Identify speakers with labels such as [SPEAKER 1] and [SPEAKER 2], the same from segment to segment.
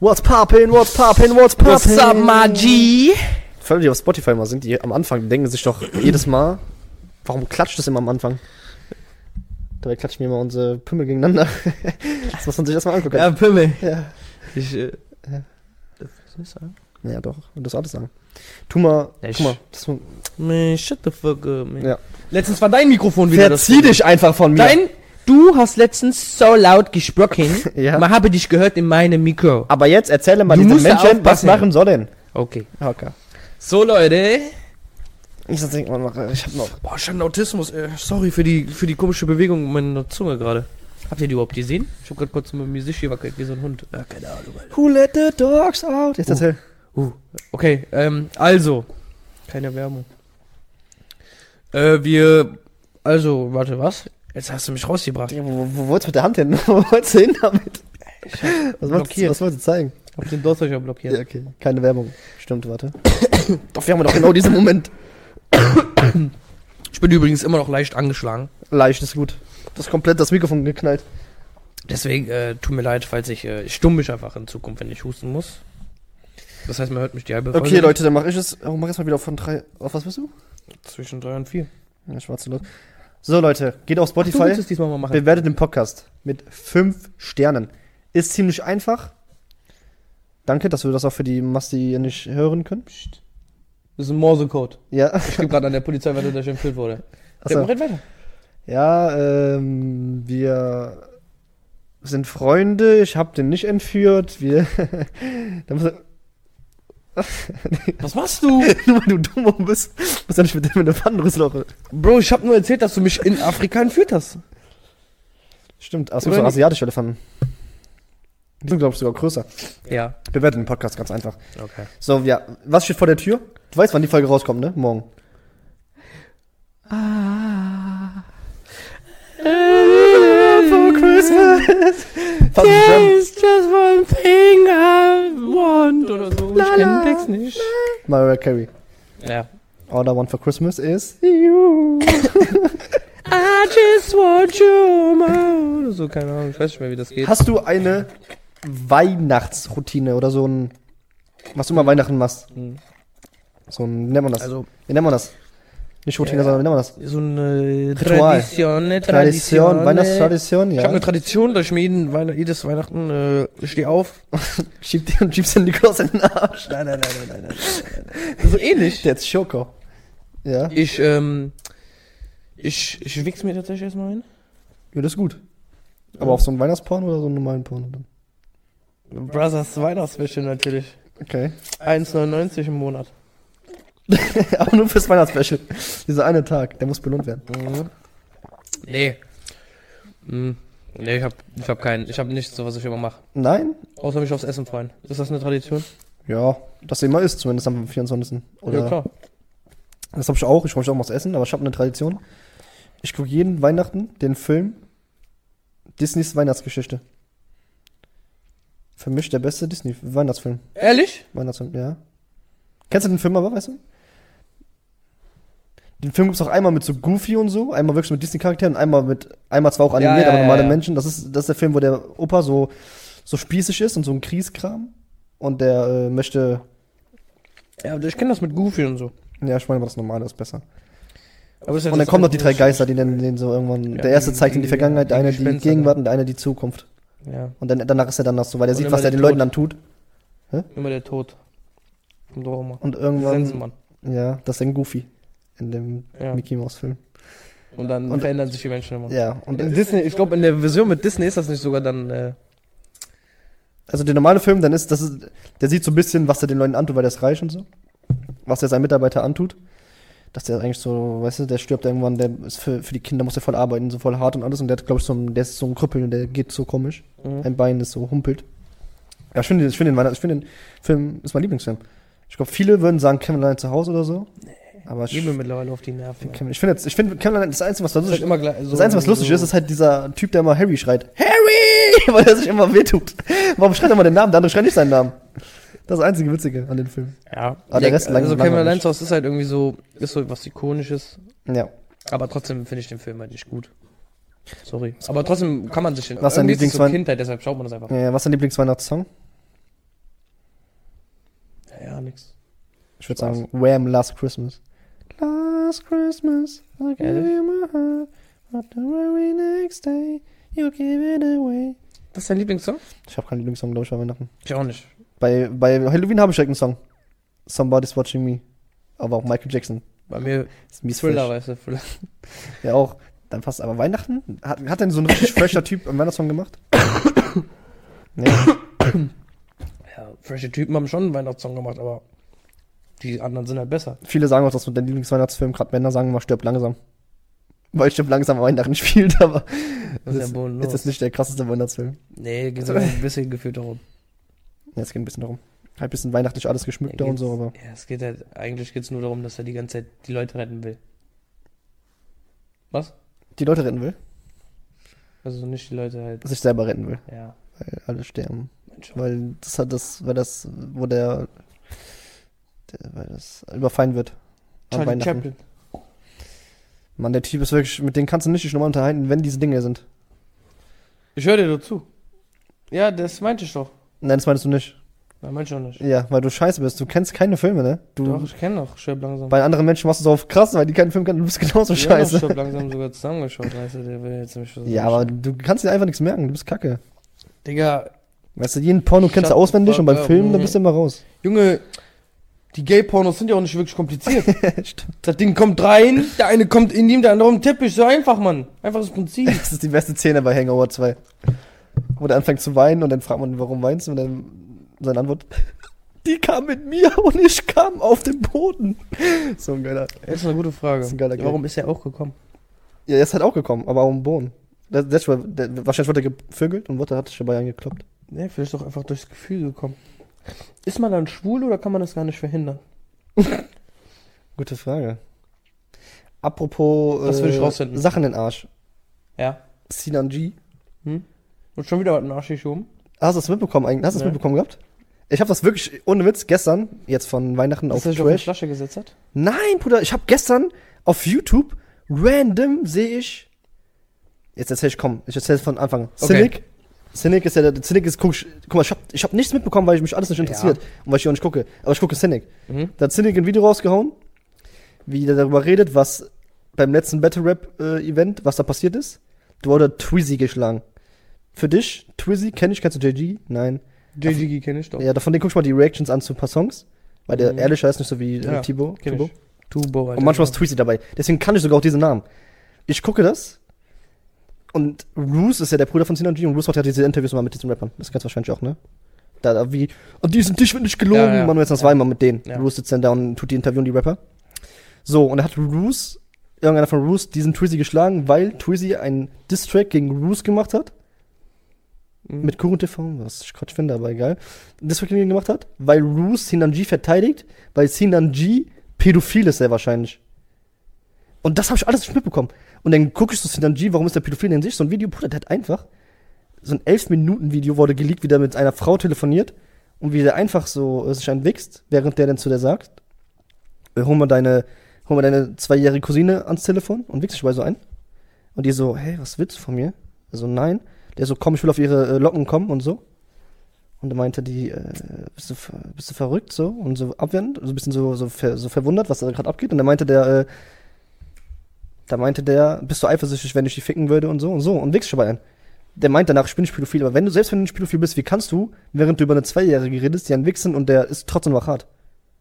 [SPEAKER 1] What's poppin', what's poppin', what's poppin'?
[SPEAKER 2] What's up, my G?
[SPEAKER 1] Vor allem, die auf Spotify mal sind, die am Anfang denken sich doch jedes Mal, warum klatscht das immer am Anfang? Dabei klatschen wir immer unsere Pimmel gegeneinander. das muss man sich erstmal angucken.
[SPEAKER 2] Ja,
[SPEAKER 1] Ja.
[SPEAKER 2] Pimmel.
[SPEAKER 1] Ja.
[SPEAKER 2] Ich, äh, das ist sagen.
[SPEAKER 1] Naja, doch, du darfst alles sagen. Tu mal,
[SPEAKER 2] Ich-
[SPEAKER 1] guck mal. Das,
[SPEAKER 2] Man, shut the fuck up, man.
[SPEAKER 1] Ja.
[SPEAKER 2] Letztens war dein Mikrofon wieder
[SPEAKER 1] verzieh dich einfach von mir.
[SPEAKER 2] Dein, du hast letztens so laut gesprochen.
[SPEAKER 1] Ja.
[SPEAKER 2] Man habe dich gehört in meinem Mikro.
[SPEAKER 1] Aber jetzt erzähle mal
[SPEAKER 2] Du
[SPEAKER 1] diesen
[SPEAKER 2] musst da
[SPEAKER 1] Menschen, was
[SPEAKER 2] aufpassen.
[SPEAKER 1] machen soll denn?
[SPEAKER 2] Okay.
[SPEAKER 1] Okay.
[SPEAKER 2] So, Leute.
[SPEAKER 1] Ich sag, ich hab noch.
[SPEAKER 2] Boah, ich hab einen Autismus. Äh, sorry für die, für die komische Bewegung meiner Zunge gerade. Habt ihr die überhaupt gesehen? Ich hab grad kurz mit mir Sicht gewackelt, wie so ein Hund. Ah, keine Ahnung. Alter.
[SPEAKER 1] Who let the dogs out? Jetzt
[SPEAKER 2] Oh.
[SPEAKER 1] erzähl.
[SPEAKER 2] Uh, okay, ähm, also. Keine Werbung. Äh, wir. Also, warte, was? Jetzt hast du mich rausgebracht.
[SPEAKER 1] Digga, Wo, wo wolltest du mit der Hand hin? Wo wolltest du hin damit? Was wolltest, du,
[SPEAKER 2] blockiert.
[SPEAKER 1] was wolltest du zeigen?
[SPEAKER 2] Hab den Dorfdurcher blockiert.
[SPEAKER 1] Ja, okay. Keine Werbung. Stimmt, warte. Doch, wir haben doch genau diesen Moment.
[SPEAKER 2] Ich bin übrigens immer noch leicht angeschlagen.
[SPEAKER 1] Leicht ist gut. Das ist komplett das Mikrofon geknallt.
[SPEAKER 2] Deswegen, äh, tut mir leid, falls ich, äh, ich stumm mich einfach in Zukunft, wenn ich husten muss. Das heißt, man hört mich die halbe
[SPEAKER 1] Okay,
[SPEAKER 2] Folge
[SPEAKER 1] Leute, dann mach ich es. Oh, mach jetzt mal wieder von drei. Auf was bist du?
[SPEAKER 2] Zwischen drei und vier.
[SPEAKER 1] Ja, schwarze Leute. So, Leute, geht auf
[SPEAKER 2] Du willst
[SPEAKER 1] Spotify.
[SPEAKER 2] es diesmal mal machen.
[SPEAKER 1] Bewertet den Podcast mit fünf Sternen. Ist ziemlich einfach. Danke, dass wir das auch für die Masse, die ihr nicht hören können.
[SPEAKER 2] Das ist ein Morsecode.
[SPEAKER 1] Ja.
[SPEAKER 2] Ich gebe gerade an der Polizei weiter, dass ich entführt wurde.
[SPEAKER 1] Achso.
[SPEAKER 2] red weiter.
[SPEAKER 1] Ja, ähm, wir sind Freunde, ich hab den nicht entführt, wir... da muss er,
[SPEAKER 2] Was machst du?
[SPEAKER 1] nur weil du dumm bist, musst du nicht mit dem in der Pfannenrüssel auf.
[SPEAKER 2] Bro, ich habe nur erzählt, dass du mich in Afrika entführt hast.
[SPEAKER 1] Stimmt, ach, es
[SPEAKER 2] Oder
[SPEAKER 1] gibt auch
[SPEAKER 2] nicht?
[SPEAKER 1] asiatische Elefanten. Die sind, glaube ich, sogar größer.
[SPEAKER 2] Ja.
[SPEAKER 1] Bewertet den Podcast ganz einfach.
[SPEAKER 2] Okay.
[SPEAKER 1] So, ja, was steht vor der Tür? Du weißt, wann die Folge rauskommt, ne? Morgen. For Christmas! Fast ein Drum.
[SPEAKER 2] There's just one thing I want. Oder so. Ich
[SPEAKER 1] La,
[SPEAKER 2] kenn
[SPEAKER 1] la,
[SPEAKER 2] den Text nicht.
[SPEAKER 1] Mariah Carey.
[SPEAKER 2] Ja.
[SPEAKER 1] All I want for Christmas is you.
[SPEAKER 2] I just want you, man. Oder so, keine Ahnung. Ich weiß nicht mehr, wie das geht.
[SPEAKER 1] Hast du eine Weihnachtsroutine oder so ein, was du immer Weihnachten machst?
[SPEAKER 2] Mhm.
[SPEAKER 1] So ein, wie nennt man das?
[SPEAKER 2] Also,
[SPEAKER 1] wie nennt man das? Nicht Routine,
[SPEAKER 2] Ja.
[SPEAKER 1] sondern wie nennt man das?
[SPEAKER 2] so eine
[SPEAKER 1] Ritual.
[SPEAKER 2] Tradition, eine
[SPEAKER 1] Tradition, ne?
[SPEAKER 2] Tradition. Tradition.
[SPEAKER 1] Weihnachtstradition,
[SPEAKER 2] Ich habe
[SPEAKER 1] ja.
[SPEAKER 2] eine Tradition, dass ich mir jeden Weihnacht- jedes Weihnachten äh, ich steh auf.
[SPEAKER 1] Schieb dir und schiebst den Nikolaus in den Arsch.
[SPEAKER 2] Nein, nein, nein, nein, nein. nein. So ähnlich.
[SPEAKER 1] Der ist Schoko. Ja. ja,
[SPEAKER 2] Ich, ähm, ich, ich wichs mir tatsächlich erstmal ein.
[SPEAKER 1] das ist gut. Aber auf so einen Weihnachtsporn oder so einen normalen Porn? Dann?
[SPEAKER 2] Brothers Weihnachtswäsche natürlich.
[SPEAKER 1] Okay.
[SPEAKER 2] 1,99 im Monat.
[SPEAKER 1] Aber nur fürs Weihnachtsspecial. Dieser eine Tag, der muss belohnt werden.
[SPEAKER 2] Mhm. Nee. Hm. Nee, ich hab, ich hab keinen, ich hab nichts, so was ich immer mache.
[SPEAKER 1] Nein?
[SPEAKER 2] Außer mich aufs Essen freuen. Ist das eine Tradition?
[SPEAKER 1] Ja, dass immer ist, zumindest am 24. Oder
[SPEAKER 2] Ja, klar.
[SPEAKER 1] Das habe ich auch. Ich freue mich auch mal aufs Essen, aber ich habe eine Tradition. Ich gucke jeden Weihnachten den Film Disneys Weihnachtsgeschichte. Für mich der beste Disney-Weihnachtsfilm.
[SPEAKER 2] Ehrlich?
[SPEAKER 1] Weihnachtsfilm, ja. Kennst du den Film aber, weißt du? Den Film gibt's auch einmal mit so Goofy und so, einmal wirklich mit Disney-Charakteren, einmal mit, einmal zwar auch animiert,
[SPEAKER 2] ja,
[SPEAKER 1] aber
[SPEAKER 2] ja,
[SPEAKER 1] normale
[SPEAKER 2] ja.
[SPEAKER 1] Menschen. Das ist, das ist der Film, wo der Opa so, so spießig ist und so ein Kriegskram. Und der äh, möchte,
[SPEAKER 2] Ja, ich kenne das mit Goofy und so.
[SPEAKER 1] ja, ich meine, aber das Normale ist besser.
[SPEAKER 2] Aber ist ja
[SPEAKER 1] Und dann
[SPEAKER 2] das-
[SPEAKER 1] kommen noch die drei Geister, die nennen den so irgendwann.
[SPEAKER 2] Ja,
[SPEAKER 1] der erste
[SPEAKER 2] die-
[SPEAKER 1] zeigt ihm die
[SPEAKER 2] die-
[SPEAKER 1] Vergangenheit, der
[SPEAKER 2] die
[SPEAKER 1] eine die
[SPEAKER 2] Gespenster,
[SPEAKER 1] Gegenwart und der eine die Zukunft.
[SPEAKER 2] Ja,
[SPEAKER 1] Und dann, danach ist er dann noch so, weil er
[SPEAKER 2] Und
[SPEAKER 1] sieht,
[SPEAKER 2] immer
[SPEAKER 1] was er
[SPEAKER 2] der
[SPEAKER 1] den
[SPEAKER 2] Tod.
[SPEAKER 1] Leuten dann tut.
[SPEAKER 2] immer der Tod. Vom Doroma.
[SPEAKER 1] Und irgendwann.
[SPEAKER 2] Sensenmann.
[SPEAKER 1] Ja, das ist ein Goofy in dem
[SPEAKER 2] Ja.
[SPEAKER 1] Mickey Mouse Film.
[SPEAKER 2] Und dann
[SPEAKER 1] Und-
[SPEAKER 2] verändern sich die Menschen immer.
[SPEAKER 1] Ja, und
[SPEAKER 2] In Disney, ich glaube, in der Version mit Disney ist das nicht sogar dann, äh,
[SPEAKER 1] also der normale Film, dann ist, das ist, der sieht so ein bisschen, was er den Leuten antut, weil der ist reich und so. Was er seinen Mitarbeiter antut. Dass der eigentlich so, weißt du, der stirbt irgendwann, der ist für, für die Kinder muss er voll arbeiten, so voll hart und alles. Und der hat, glaube ich, so ein, der ist so ein Krüppel und der geht so komisch.
[SPEAKER 2] mhm.
[SPEAKER 1] ein Bein ist so humpelt. Ja, ich finde ich finde den, Weihnachts- ich finde den Film ist mein Lieblingsfilm. Ich glaube, viele würden sagen Kevin allein zu Hause oder so. Aber ich,
[SPEAKER 2] Gehen wir mittlerweile auf die Nerven. halt
[SPEAKER 1] Kevin- ich finde jetzt, ich finde Kevin allein das Einzige, was da lustig ist.
[SPEAKER 2] immer gleich,
[SPEAKER 1] Das Einzige, was lustig ist, ist halt dieser Typ, der immer Harry schreit. Harry! Weil er sich immer wehtut. Warum schreit er immer den Namen? Der andere schreit nicht seinen Namen. Das ist das einzige Witzige an dem Film.
[SPEAKER 2] ja.
[SPEAKER 1] Aber der Rest lang-
[SPEAKER 2] Also Cameron
[SPEAKER 1] langweilig.
[SPEAKER 2] Alliance House ist halt irgendwie so, ist so was Ikonisches,
[SPEAKER 1] Ja.
[SPEAKER 2] aber trotzdem finde ich den Film halt nicht gut. Sorry. Aber trotzdem kann man sich den.
[SPEAKER 1] Was ist dein
[SPEAKER 2] irgendwie ist es so
[SPEAKER 1] Lieblingswein-
[SPEAKER 2] Kindheit, deshalb schaut man das einfach.
[SPEAKER 1] Äh, was ist dein Lieblingsweihnachtssong? Ich würde sagen, Wham! Last Christmas. Last Christmas, I gave
[SPEAKER 2] Ehrlich?
[SPEAKER 1] you my heart, but the very next day, you gave it away.
[SPEAKER 2] Das ist dein Lieblingssong?
[SPEAKER 1] Ich habe keinen Lieblingssong, glaube ich, bei Weihnachten.
[SPEAKER 2] Ich auch nicht.
[SPEAKER 1] Bei, bei Halloween habe ich direkt einen Song. Somebody's Watching Me. Aber auch Michael Jackson.
[SPEAKER 2] Bei mir
[SPEAKER 1] Ist mies
[SPEAKER 2] Thriller,
[SPEAKER 1] fresh.
[SPEAKER 2] weißt du. Thriller.
[SPEAKER 1] Ja, auch. Dann passt aber Weihnachten. Hat, hat denn so ein richtig fresher Typ einen Weihnachtssong gemacht? nee.
[SPEAKER 2] Ja, frische Typen haben schon einen Weihnachtssong gemacht, aber die anderen sind halt besser.
[SPEAKER 1] Viele sagen auch, dass mit deinem Lieblingsweihnachtsfilm, gerade Männer sagen immer, stirb langsam. Weil stirb langsam Weihnachten spielt, aber
[SPEAKER 2] Das ist ja bodenlos.
[SPEAKER 1] ist das nicht der krasseste Weihnachtsfilm.
[SPEAKER 2] Nee, geht sogar ein bisschen gefühlt darum.
[SPEAKER 1] Ja, es geht ein bisschen darum. Halt ein bisschen weihnachtlich alles geschmückt da und so, aber.
[SPEAKER 2] Ja, es geht halt, eigentlich geht es nur darum, dass er die ganze Zeit die Leute retten will. Was?
[SPEAKER 1] Die Leute retten will,
[SPEAKER 2] Also nicht die Leute halt,
[SPEAKER 1] sich selber retten will,
[SPEAKER 2] ja.
[SPEAKER 1] weil alle sterben.
[SPEAKER 2] Mensch,
[SPEAKER 1] Weil das hat das, weil das, wo der, der weil das überfallen wird. An
[SPEAKER 2] Charlie
[SPEAKER 1] Weihnachten.
[SPEAKER 2] Chaplin.
[SPEAKER 1] Mann, der Typ ist wirklich, mit dem kannst du nicht dich nochmal unterhalten, wenn diese Dinge sind.
[SPEAKER 2] Ich höre dir nur zu. Ja, das meinte ich doch.
[SPEAKER 1] Nein, das meinst du nicht.
[SPEAKER 2] Nein, meinte ich doch nicht.
[SPEAKER 1] Ja, weil du scheiße bist. Du kennst keine Filme, ne? Du,
[SPEAKER 2] Doch, ich kenne doch Stirb langsam.
[SPEAKER 1] bei anderen Menschen machst du es auf krass, weil die keinen Film kennen, du bist genauso
[SPEAKER 2] Wir haben doch
[SPEAKER 1] scheiße.
[SPEAKER 2] Stirb langsam sogar zusammengeschaut, weißt du, der will jetzt nicht so
[SPEAKER 1] Ja, aber du kannst dir einfach nichts merken, du bist kacke.
[SPEAKER 2] Digga,
[SPEAKER 1] Weißt du, jeden Porno kennst
[SPEAKER 2] Shut
[SPEAKER 1] du auswendig
[SPEAKER 2] the
[SPEAKER 1] und beim
[SPEAKER 2] fuck up.
[SPEAKER 1] Film, da bist du immer raus.
[SPEAKER 2] Junge, die Gay-Pornos sind ja auch nicht wirklich kompliziert.
[SPEAKER 1] Stimmt.
[SPEAKER 2] das Ding kommt rein, der eine kommt in ihm, der andere auf den Teppich. So einfach, Mann. Einfaches Prinzip.
[SPEAKER 1] Das ist die beste Szene bei Hangover 2. Wo der anfängt zu weinen und dann fragt man, warum weinst du? Und dann seine Antwort, die kam mit mir und ich kam auf den Boden. So ein geiler.
[SPEAKER 2] Das ist eine gute Frage.
[SPEAKER 1] Das ist ein geiler Gay.
[SPEAKER 2] Warum ist er auch gekommen?
[SPEAKER 1] Ja, er ist halt auch gekommen, aber auf den Boden. Der, der, der, wahrscheinlich wurde er gevögelt und wurde, hat sich dabei angekloppt.
[SPEAKER 2] Ne, vielleicht doch einfach durchs Gefühl gekommen. Ist man dann schwul oder kann man das gar nicht verhindern?
[SPEAKER 1] Gute Frage. Apropos äh,
[SPEAKER 2] Das will ich rausfinden.
[SPEAKER 1] Sachen in den Arsch.
[SPEAKER 2] Ja.
[SPEAKER 1] Sinan G.
[SPEAKER 2] Und schon wieder was in den Arsch geschoben?
[SPEAKER 1] Hast du das mitbekommen eigentlich? Hast du das
[SPEAKER 2] Nee.
[SPEAKER 1] mitbekommen gehabt? Ich habe das wirklich ohne Witz gestern, jetzt von Weihnachten auf
[SPEAKER 2] Dass er sich auf eine
[SPEAKER 1] Trash.
[SPEAKER 2] Flasche gesetzt hat?
[SPEAKER 1] Nein, Bruder, ich habe gestern auf YouTube random sehe ich. Jetzt erzähl ich, komm, ich erzähl von Anfang. an.
[SPEAKER 2] Okay.
[SPEAKER 1] Cynic. Cynic ist ja der Cynic ist guck, ich, guck mal, ich habe ich hab nichts mitbekommen, weil ich mich alles nicht interessiert und weil ich hier auch nicht gucke, aber ich gucke Cynic.
[SPEAKER 2] Mhm.
[SPEAKER 1] Da hat Cynic ein Video rausgehauen, wie der darüber redet, was beim letzten Battle Rap äh, Event, was da passiert ist. Du wurde Twizy geschlagen. Für dich, Twizy, kenne ich, kennst du JG? Nein.
[SPEAKER 2] JGG kenne ich doch.
[SPEAKER 1] Ja, davon den guck ich mal die Reactions an zu ein paar Songs, weil der
[SPEAKER 2] Mhm.
[SPEAKER 1] ehrlich ist nicht so wie äh,
[SPEAKER 2] Ja,
[SPEAKER 1] Tibo.
[SPEAKER 2] Kenn
[SPEAKER 1] Tibo.
[SPEAKER 2] ich. Tubo, Alter.
[SPEAKER 1] Und manchmal ist Twisty dabei. Deswegen kann ich sogar auch diesen Namen. Ich gucke das. Und Roos ist ja der Bruder von Synergy und Roos hat ja diese Interviews mal mit diesen Rappern. Das kennst du wahrscheinlich auch, ne? Da, da wie, oh, an diesem Tisch wird nicht gelogen.
[SPEAKER 2] Ja, ja.
[SPEAKER 1] Manuel Sanz war immer mit denen.
[SPEAKER 2] Ja.
[SPEAKER 1] Roos sitzt dann da und tut die Interviewen, die Rapper. So, und da hat Roos, irgendeiner von Roos, diesen Twisty geschlagen, weil Twisty einen Diss-Track gegen Roos gemacht hat.
[SPEAKER 2] Mhm.
[SPEAKER 1] Mit Kurun TV, was ich gerade finde, aber egal. Diss-Track gegen ihn gemacht hat, weil Roos Sinanji verteidigt, weil Sinanji pädophil ist, sehr wahrscheinlich. Und das habe ich alles nicht mitbekommen. Und dann gucke ich so Sinanji, warum ist der Pädophil denn sich? So ein Video, Bruder, der hat einfach so ein 11-Minuten-Video wurde geleakt, wie der mit einer Frau telefoniert und wie der einfach so äh, sich anwichst, während der dann zu der sagt, äh, hol mal deine, hol mal deine zweijährige Cousine ans Telefon und wichst dich bei so ein. Und die so, hey, was willst du von mir? Also nein. Der so, komm, ich will auf ihre äh, Locken kommen und so. Und er meinte die, äh, bist, du, ver- bist du verrückt so und so abwehrend, so ein bisschen so, so, ver, so verwundert, was da gerade abgeht. Und dann meinte der, äh, da meinte der, bist du eifersüchtig, wenn ich die ficken würde und so und so und wichst schon bei ein. Der meint danach, ich bin nicht pädophil, aber wenn du, selbst wenn du nicht pädophil bist, wie kannst du, während du über eine Zweijährige redest, die einen wichsen und der ist trotzdem noch hart?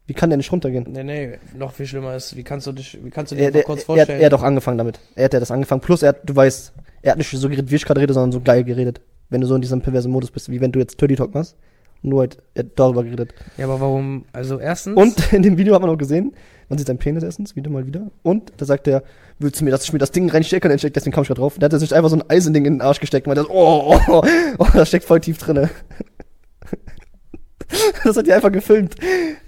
[SPEAKER 1] Wie kann der nicht runtergehen?
[SPEAKER 2] Nee, nee, noch viel schlimmer ist, wie kannst du dich, wie kannst du dir
[SPEAKER 1] Er,
[SPEAKER 2] einfach
[SPEAKER 1] der, er,
[SPEAKER 2] kurz
[SPEAKER 1] hat-
[SPEAKER 2] vorstellen?
[SPEAKER 1] er hat auch angefangen damit. Er hat ja das angefangen. Plus, er hat, du weißt, er hat nicht so geredet, wie ich gerade rede, sondern so geil geredet. Wenn du so in diesem perversen Modus bist, wie wenn du jetzt Dirty Talk machst. Nur halt, er hat darüber geredet.
[SPEAKER 2] ja, aber warum, also erstens.
[SPEAKER 1] Und in dem Video hat man auch gesehen, man sieht seinen Penis erstens, wieder mal wieder. Und da sagt er, willst du mir, dass ich mir das Ding reinstecke? Und er steckt, deswegen kam ich grad drauf. Da hat er sich einfach so ein Eisending in den Arsch gesteckt. Und meinte, oh, oh, oh, oh, das steckt voll tief drinne. Das hat die einfach gefilmt.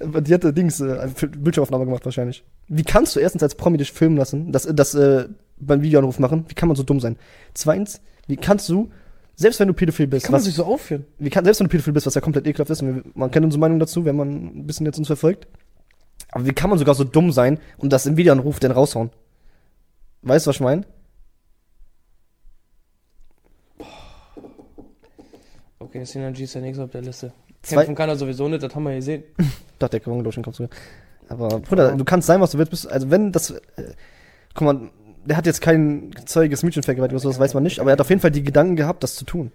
[SPEAKER 1] Die hatte Dings, äh, eine Fil- Bildschirmaufnahme gemacht wahrscheinlich. Wie kannst du erstens als Promi dich filmen lassen, das, das äh, beim Videoanruf machen? Wie kann man so dumm sein? Zweitens, wie kannst du, selbst wenn du pädophil bist,
[SPEAKER 2] kann man sich so aufführen?
[SPEAKER 1] wie kann, selbst wenn du pädophil bist, was ja komplett ekelhaft ist, und wir, man kennt unsere Meinung dazu, wenn man ein bisschen jetzt uns verfolgt. Aber wie kann man sogar so dumm sein und das im Videoanruf denn raushauen? Weißt du, was ich meine?
[SPEAKER 2] Okay, Synergy ist der nächste auf der Liste.
[SPEAKER 1] Zwei-
[SPEAKER 2] Kämpfen kann er sowieso nicht, das haben wir gesehen.
[SPEAKER 1] Dachte der Kong durch den Kopf sogar. Aber Bruder, du kannst sein, was du willst. Bist, also wenn das, äh, guck mal, der hat jetzt kein zeugiges Mädchen vergewaltigt oder so, das weiß man nicht. Aber er hat auf jeden Fall die Gedanken gehabt, das zu tun.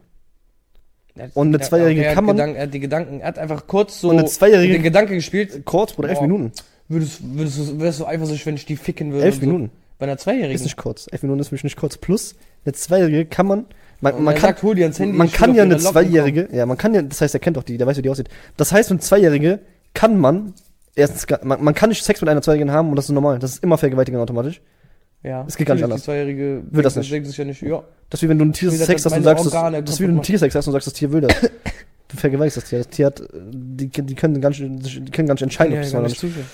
[SPEAKER 1] Und eine zweijährige
[SPEAKER 2] er hat
[SPEAKER 1] kann man-
[SPEAKER 2] Gedanken, er hat die Gedanken, er hat einfach kurz so
[SPEAKER 1] Und eine zweijährige-
[SPEAKER 2] den Gedanken gespielt,
[SPEAKER 1] Kurz, Bruder, elf
[SPEAKER 2] Boah.
[SPEAKER 1] Minuten.
[SPEAKER 2] würdest, würdest du, wärst du eifersüchtig, wenn ich die ficken würde?
[SPEAKER 1] Elf
[SPEAKER 2] und so.
[SPEAKER 1] Minuten.
[SPEAKER 2] Bei einer Zweijährigen.
[SPEAKER 1] Ist nicht kurz. Elf Minuten ist für mich nicht kurz. Plus, eine Zweijährige kann man. Man,
[SPEAKER 2] Und
[SPEAKER 1] man
[SPEAKER 2] er
[SPEAKER 1] kann,
[SPEAKER 2] sagt, hol dir ans Handy,
[SPEAKER 1] man
[SPEAKER 2] ich
[SPEAKER 1] kann
[SPEAKER 2] will
[SPEAKER 1] ja
[SPEAKER 2] auf
[SPEAKER 1] eine
[SPEAKER 2] ihre Locken
[SPEAKER 1] Zweijährige. Ja, man kann ja. Das heißt, er kennt doch die, der weiß, wie die aussieht. Das heißt, eine Zweijährige kann man. Erstens, ga- man, man kann nicht Sex mit einer Zweijährigen haben und das ist normal. Das ist immer Vergewaltigung automatisch.
[SPEAKER 2] ja.
[SPEAKER 1] Es geht gar nicht
[SPEAKER 2] Natürlich,
[SPEAKER 1] anders.
[SPEAKER 2] Die Zweijährige
[SPEAKER 1] Will das nicht.
[SPEAKER 2] denkt sich ja nicht, ja.
[SPEAKER 1] Das ist wie wenn du ein Tier
[SPEAKER 2] Wie gesagt,
[SPEAKER 1] Sex hast und
[SPEAKER 2] meine
[SPEAKER 1] sagst, das,
[SPEAKER 2] Organe
[SPEAKER 1] das ist wie wenn du ein
[SPEAKER 2] kaputt
[SPEAKER 1] Tier Sex hast und sagst, das Tier will das. du vergewaltigst das Tier. Das Tier hat, äh, die, die können ganz, schön- die können ganz schön entscheiden, ob
[SPEAKER 2] ja,
[SPEAKER 1] das
[SPEAKER 2] gar
[SPEAKER 1] mal
[SPEAKER 2] nicht zuschauen.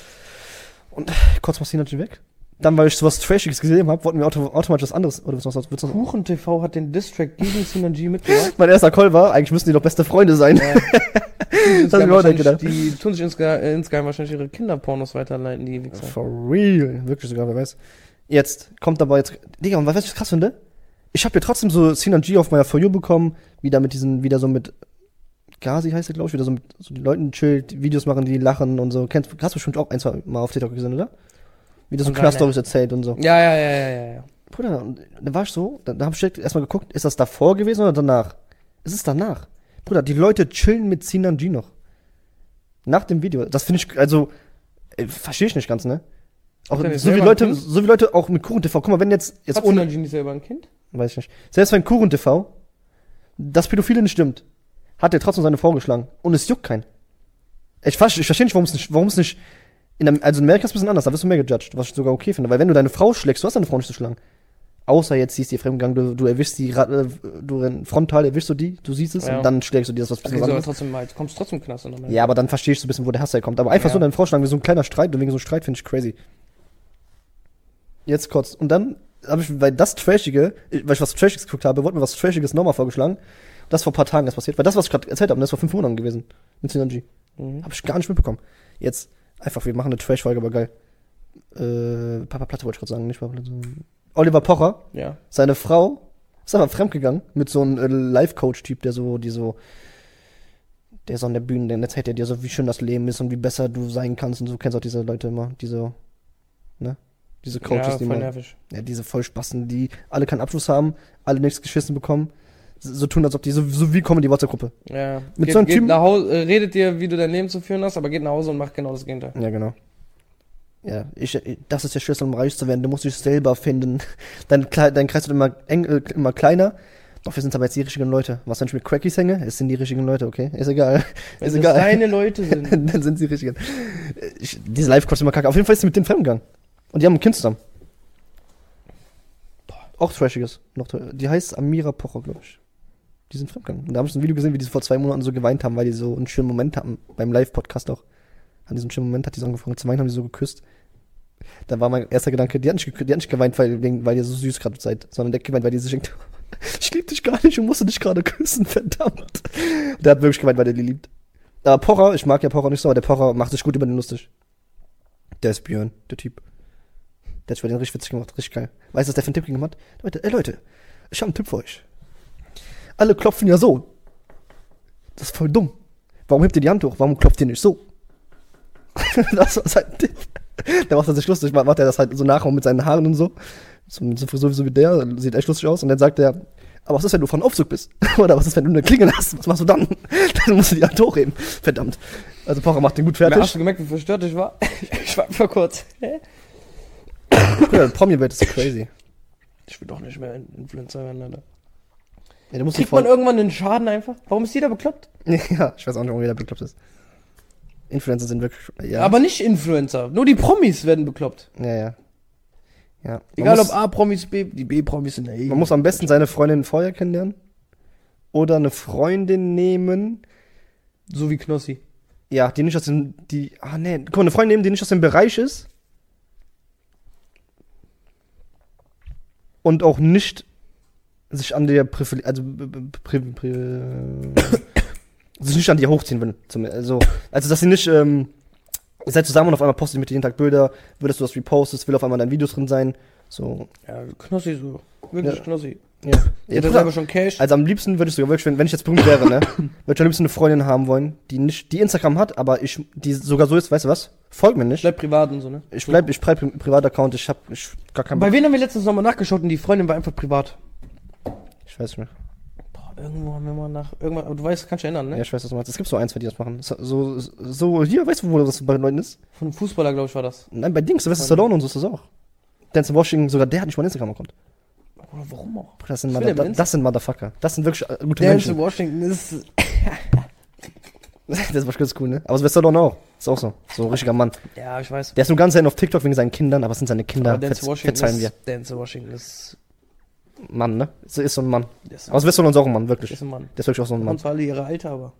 [SPEAKER 1] Kurz machst du ihn natürlich weg. Dann, weil ich sowas Trashiges gesehen habe, wollten wir auto, automatisch was anderes. Oder willst du noch, was- willst du noch,
[SPEAKER 2] Kuchen TV hat den Distrack gegen Synergy mitgemacht.
[SPEAKER 1] mein erster Call war, eigentlich müssen die doch beste Freunde sein.
[SPEAKER 2] Ja. Die tun sich
[SPEAKER 1] Das hab ich mir
[SPEAKER 2] insgeheim
[SPEAKER 1] auch nicht
[SPEAKER 2] wahrscheinlich- Die tun sich insge insgeheim wahrscheinlich ihre Kinderpornos weiterleiten, die Wichser.
[SPEAKER 1] For real. Wirklich sogar, wer weiß. Jetzt kommt aber jetzt. Digga, und weißt du, was ich krass finde? Ich habe ja trotzdem so Sinan G auf meiner For You bekommen, wieder mit diesen, wieder so mit Gazi heißt er, glaube ich, wieder so mit so den Leuten chillt, Videos machen, die lachen und so. Kennst, hast du bestimmt auch ein, zwei Mal auf TikTok gesehen, oder? Wie der so
[SPEAKER 2] Kann sein,
[SPEAKER 1] Knast-Stories erzählt und so.
[SPEAKER 2] Ja, ja, ja, ja, ja, ja.
[SPEAKER 1] Bruder, und da war ich so, da, da habe ich direkt erstmal geguckt, ist das davor gewesen oder danach? Es ist danach. Bruder, die Leute chillen mit Sinan G noch. Nach dem Video. Das finde ich, also, verstehe ich nicht ganz, ne? Auch,
[SPEAKER 2] Hat er nicht
[SPEAKER 1] so, wie
[SPEAKER 2] selber
[SPEAKER 1] Leute,
[SPEAKER 2] ein Kind?
[SPEAKER 1] so wie Leute auch mit Kuchen TV. Guck mal, wenn jetzt, jetzt
[SPEAKER 2] Hat
[SPEAKER 1] ohne,
[SPEAKER 2] Synergy nicht selber ein Kind?
[SPEAKER 1] weiß ich nicht, selbst wenn Kuchen TV das Pädophile nicht stimmt, hat er trotzdem seine Frau geschlagen. Und es juckt keinen. Ich, verste- ich verstehe nicht, warum es nicht, warum es nicht, in Am- also in Amerika ist es ein bisschen anders, da wirst du mehr gejudged, was ich sogar okay finde. Weil wenn du deine Frau schlägst, du hast deine Frau nicht zu schlagen. Außer jetzt siehst du ihr Fremdgang, du, du erwischst die, ra- äh, du renn- frontal erwischst du die, du siehst es
[SPEAKER 2] Ja. Also
[SPEAKER 1] und dann schlägst du dir das was
[SPEAKER 2] Okay,
[SPEAKER 1] bisschen
[SPEAKER 2] so, aber
[SPEAKER 1] anderes.
[SPEAKER 2] trotzdem mal, jetzt kommst du trotzdem Knast. Und dann-
[SPEAKER 1] Ja, aber dann verstehe ich so ein bisschen, wo der Hass herkommt. Aber einfach
[SPEAKER 2] Ja.
[SPEAKER 1] so deine Frau schlagen, wie so ein kleiner Streit, und wegen so einem Streit finde ich crazy. Jetzt kurz. Und dann habe ich, weil das Trashige, weil ich was Trashiges geguckt habe, wurde mir was Trashiges nochmal vorgeschlagen. Das ist vor ein paar Tagen das passiert. Weil das, was ich gerade erzählt habe, das war fünf Monaten gewesen. Mit Synergy.
[SPEAKER 2] Mhm.
[SPEAKER 1] Habe ich gar nicht mitbekommen. Jetzt einfach, wir machen eine Trash-Folge, aber geil. Äh, Papa Platte wollte ich gerade sagen, nicht Papa Platte. Oliver Pocher,
[SPEAKER 2] Ja.
[SPEAKER 1] seine Frau ist einfach fremdgegangen mit so einem äh, Life-Coach-Typ, der so, die so, der so an der Bühne, der erzählt er dir so, wie schön das Leben ist und wie besser du sein kannst und so. Kennst auch diese Leute immer, diese, ne? Diese Coaches,
[SPEAKER 2] ja,
[SPEAKER 1] die
[SPEAKER 2] voll
[SPEAKER 1] man,
[SPEAKER 2] nervig.
[SPEAKER 1] ja, diese Vollspassen, die alle keinen Abschluss haben, alle nichts geschissen bekommen, so so tun, als ob die, so, so wie kommen die WhatsApp-Gruppe.
[SPEAKER 2] Ja.
[SPEAKER 1] Mit so einem
[SPEAKER 2] geht
[SPEAKER 1] Typen-
[SPEAKER 2] Nach Hause, äh, redet dir, wie du dein Leben zu führen hast, aber geht nach Hause und macht genau das Gegenteil.
[SPEAKER 1] Ja, genau. Ja, ich, ich- das ist der Schlüssel, um reich zu werden. Du musst dich selber finden. Dein, Kle- dein Kreis wird immer, eng, äh, immer kleiner. Doch wir sind aber jetzt die richtigen Leute. Was, wenn ich mit Crackies hänge? Es sind die richtigen Leute, okay? Ist egal.
[SPEAKER 2] Wenn
[SPEAKER 1] ist
[SPEAKER 2] das
[SPEAKER 1] egal.
[SPEAKER 2] deine Leute sind.
[SPEAKER 1] Dann sind sie die richtigen. Äh, Ich, diese Live-Coach ist immer kacke. Auf jeden Fall ist sie mit dem fremdgegangen. Und die haben ein Kind zusammen. Auch trashiges. Noch, tra- die heißt Amira Pocher, glaube ich. Die sind fremdgegangen. Und da habe ich so ein Video gesehen, wie die vor zwei Monaten so geweint haben, weil die so einen schönen Moment hatten. Beim Live-Podcast auch. An diesem schönen Moment hat die so angefangen zu weinen, haben die so geküsst. Da war mein erster Gedanke, die hat nicht, gekü- die hat nicht geweint, weil, wegen- weil ihr so süß gerade seid, sondern der hat geweint, weil die sich denkt, ich lieb dich gar nicht und musste dich gerade küssen, verdammt. Der hat wirklich geweint, weil der die liebt. Aber Pocher, ich mag ja Pocher nicht so, aber der Pocher macht sich gut über den lustig. Der ist Björn, der Typ. Der hat sich über den richtig witzig gemacht, richtig geil. Weißt du, was der für einen Tipp gegeben hat? Der meinte, ey Leute, ich habe einen Tipp für euch. Alle klopfen ja so. Das ist voll dumm. Warum hebt ihr die Hand hoch? Warum klopft ihr nicht so? das war sein Tipp. Da macht er sich lustig, macht er das halt so nach und mit seinen Haaren und so. So mit so Frisur wie so wie der, sieht echt lustig aus. Und dann sagt er, aber was ist, wenn du von Aufzug bist? Oder was ist, wenn du eine Klingel hast? Was machst du dann? dann musst du die Hand hochheben. Verdammt. Also Pocher macht den gut
[SPEAKER 2] Ja, Hast
[SPEAKER 1] fertig.
[SPEAKER 2] du gemerkt, wie verstört ich war? ich war einfach kurz. Hä?
[SPEAKER 1] Ja, Promi-Welt ist crazy.
[SPEAKER 2] Ich will doch nicht mehr ein Influencer werden, Alter.
[SPEAKER 1] Ja, du musst dich
[SPEAKER 2] Kriegt man
[SPEAKER 1] voll-
[SPEAKER 2] irgendwann den Schaden einfach? Warum ist jeder bekloppt?
[SPEAKER 1] Ja, ich weiß auch nicht, warum jeder bekloppt ist. Influencer sind wirklich. Ja,
[SPEAKER 2] Aber nicht Influencer. Nur die Promis werden bekloppt.
[SPEAKER 1] ja, ja. ja. Man
[SPEAKER 2] Egal
[SPEAKER 1] muss,
[SPEAKER 2] ob A-Promis, B, die B-Promis sind ja eh.
[SPEAKER 1] Man muss am besten seine Freundin vorher kennenlernen. Oder eine Freundin nehmen.
[SPEAKER 2] so wie Knossi.
[SPEAKER 1] Ja, die nicht aus dem. Die, ah, nee. Guck mal, eine Freundin nehmen, die nicht aus dem Bereich ist. Und auch nicht sich an der Privileg. Also. b- b- Pri, pri, sich nicht an dir hochziehen will. Zum, also, also, dass sie nicht. Ähm, ihr seid zusammen und auf einmal postet ihr mit jeden Tag Bilder. Würdest du das repostest, will auf einmal dein Video drin sein. So.
[SPEAKER 2] Ja, Knossi so. Wirklich
[SPEAKER 1] Ja.
[SPEAKER 2] Knossi. Ja.
[SPEAKER 1] Ja,
[SPEAKER 2] Ihr habt
[SPEAKER 1] Bruder.
[SPEAKER 2] selber schon Cash.
[SPEAKER 1] Also am liebsten würde ich sogar wirklich, wenn wenn ich jetzt berühmt wäre, ne, würde ich am liebsten eine Freundin haben wollen, die nicht, die Instagram hat, aber ich, die sogar so ist, weißt du was? Folgt mir nicht.
[SPEAKER 2] Bleibt privat und so, ne?
[SPEAKER 1] Ich bleib, ich bleib im Privataccount, ich hab ich, gar keinen
[SPEAKER 2] Bei
[SPEAKER 1] Bock.
[SPEAKER 2] wem haben wir letztens nochmal nachgeschaut und die Freundin war einfach privat?
[SPEAKER 1] Ich weiß nicht.
[SPEAKER 2] Boah, irgendwo haben wir mal nach. Irgendwann, aber du weißt, kannst dich erinnern, ne?
[SPEAKER 1] Ja, ich weiß, was du meinst. Es gibt so eins, wenn die das machen. So, so, so hier, weißt du, wo das bei den Leuten ist?
[SPEAKER 2] Von einem Fußballer, glaube ich, war das.
[SPEAKER 1] Nein, bei Dings, Sylvester Stallone und so ist das auch. Denzel Washington, sogar der hat nicht mal einen Instagram-Account.
[SPEAKER 2] Oder warum auch?
[SPEAKER 1] Bruder, Das sind,
[SPEAKER 2] Ich will
[SPEAKER 1] Mother,
[SPEAKER 2] ja mit
[SPEAKER 1] das, das sind Motherfucker. Das sind wirklich äh, gute
[SPEAKER 2] Der in
[SPEAKER 1] Menschen.
[SPEAKER 2] Washington ist.
[SPEAKER 1] Das ist wirklich ganz cool, ne? Aber Sylvester Stallone auch. Ist auch so. So ein richtiger Mann.
[SPEAKER 2] Ja, ich weiß.
[SPEAKER 1] Der ist nur ganz selten auf TikTok wegen seinen Kindern, aber es sind seine Kinder.
[SPEAKER 2] Aber Denzel
[SPEAKER 1] Verz-
[SPEAKER 2] Washington
[SPEAKER 1] Verzeihen
[SPEAKER 2] ist,
[SPEAKER 1] wir.
[SPEAKER 2] Denzel Washington ist.
[SPEAKER 1] Mann, ne? Ist, ist so ein Mann.
[SPEAKER 2] Der ist,
[SPEAKER 1] Aber Sylvester Stallone ist auch ein Mann, wirklich.
[SPEAKER 2] ist ein Mann.
[SPEAKER 1] Der ist wirklich auch so ein
[SPEAKER 2] Mann.
[SPEAKER 1] Mann.
[SPEAKER 2] Und zwar alle ihre Alter, aber.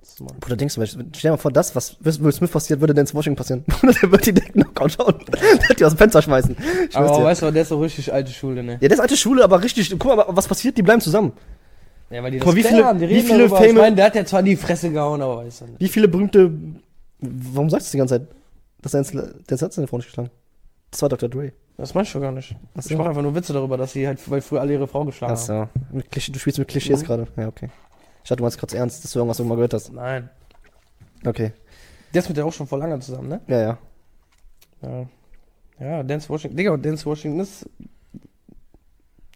[SPEAKER 2] Das ist ein Mann.
[SPEAKER 1] Bruder, denkst du, wenn- stell dir mal vor, das, was Will Smith passiert, würde Denzel Washington passieren. Bruder, der wird die direkt Knockout hauen. der wird die aus dem Fenster schmeißen. Ich schwör's
[SPEAKER 2] Aber
[SPEAKER 1] dir.
[SPEAKER 2] weißt du, der ist doch richtig alte Schule, ne?
[SPEAKER 1] Ja, das ist alte Schule, aber richtig. Guck mal, aber was passiert? Die bleiben zusammen.
[SPEAKER 2] Ja, weil die
[SPEAKER 1] Guck mal, wie viele-
[SPEAKER 2] klären, die
[SPEAKER 1] wie
[SPEAKER 2] reden
[SPEAKER 1] viele
[SPEAKER 2] darüber. Ich
[SPEAKER 1] Fame-
[SPEAKER 2] meine, der hat ja zwar in die Fresse gehauen, aber weißt du. Ne?
[SPEAKER 1] Wie viele berühmte. Warum sagst du das die ganze Zeit? Das ist ein, der hat seine Frau nicht geschlagen. Das war Dr. Dre.
[SPEAKER 2] Das meinst du gar nicht.
[SPEAKER 1] Ach so.
[SPEAKER 2] Ich mache einfach nur Witze darüber, dass sie halt, weil früher alle ihre Frau geschlagen haben.
[SPEAKER 1] Achso. Mit Klischee- Du spielst mit Klischees gerade. Ja, okay. Ich dachte, du meinst gerade ernst, dass du irgendwas irgendwann gehört hast.
[SPEAKER 2] Nein.
[SPEAKER 1] Okay.
[SPEAKER 2] Der ist mit der auch schon vor langer zusammen, ne?
[SPEAKER 1] Ja, ja.
[SPEAKER 2] Ja. Ja, Dance Washington. Digga, Dance Washington ist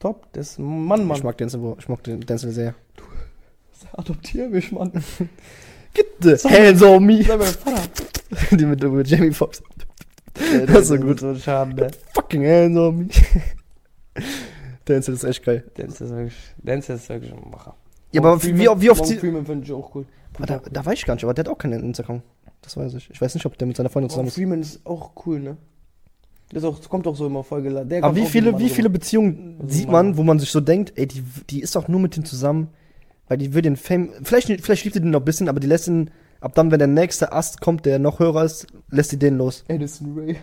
[SPEAKER 2] top. Das ist ein Mann, Mann.
[SPEAKER 1] Ich mag Denzel, ich mag den Denzel sehr.
[SPEAKER 2] Adoptier mich, Mann.
[SPEAKER 1] Gitte! Hands on me!
[SPEAKER 2] Sei mein Vater.
[SPEAKER 1] Die mit, mit Jamie Foxx.
[SPEAKER 2] das ist so gut. So ein Schaden, ne?
[SPEAKER 1] Fucking hands on me! Denzel ist echt geil.
[SPEAKER 2] Dance ist wirklich, Dance ist wirklich ein Macher.
[SPEAKER 1] Ja, aber
[SPEAKER 2] Morgan
[SPEAKER 1] wie, wie oft. Wie
[SPEAKER 2] Morgan
[SPEAKER 1] oft
[SPEAKER 2] Freeman finde ich auch cool.
[SPEAKER 1] ah, da, da weiß ich gar nicht, aber der hat auch keinen Instagram. Das weiß ich. Ich weiß nicht, ob der mit seiner Freundin zusammen
[SPEAKER 2] Morgan
[SPEAKER 1] ist.
[SPEAKER 2] Freeman ist auch cool, ne? Das ist auch, das kommt auch so immer vollgeladen. Der
[SPEAKER 1] Aber
[SPEAKER 2] kommt
[SPEAKER 1] wie
[SPEAKER 2] auch
[SPEAKER 1] viele,
[SPEAKER 2] immer
[SPEAKER 1] wie
[SPEAKER 2] so.
[SPEAKER 1] viele Beziehungen
[SPEAKER 2] Also
[SPEAKER 1] sieht
[SPEAKER 2] Mann.
[SPEAKER 1] man, wo man sich so denkt, ey, die, die ist doch nur mit dem zusammen, weil die will den Fame. Vielleicht, vielleicht liebt sie den noch ein bisschen, aber die lässt ihn, ab dann, wenn der nächste Ast kommt, der noch höher ist, lässt sie den los.
[SPEAKER 2] Addison Ray.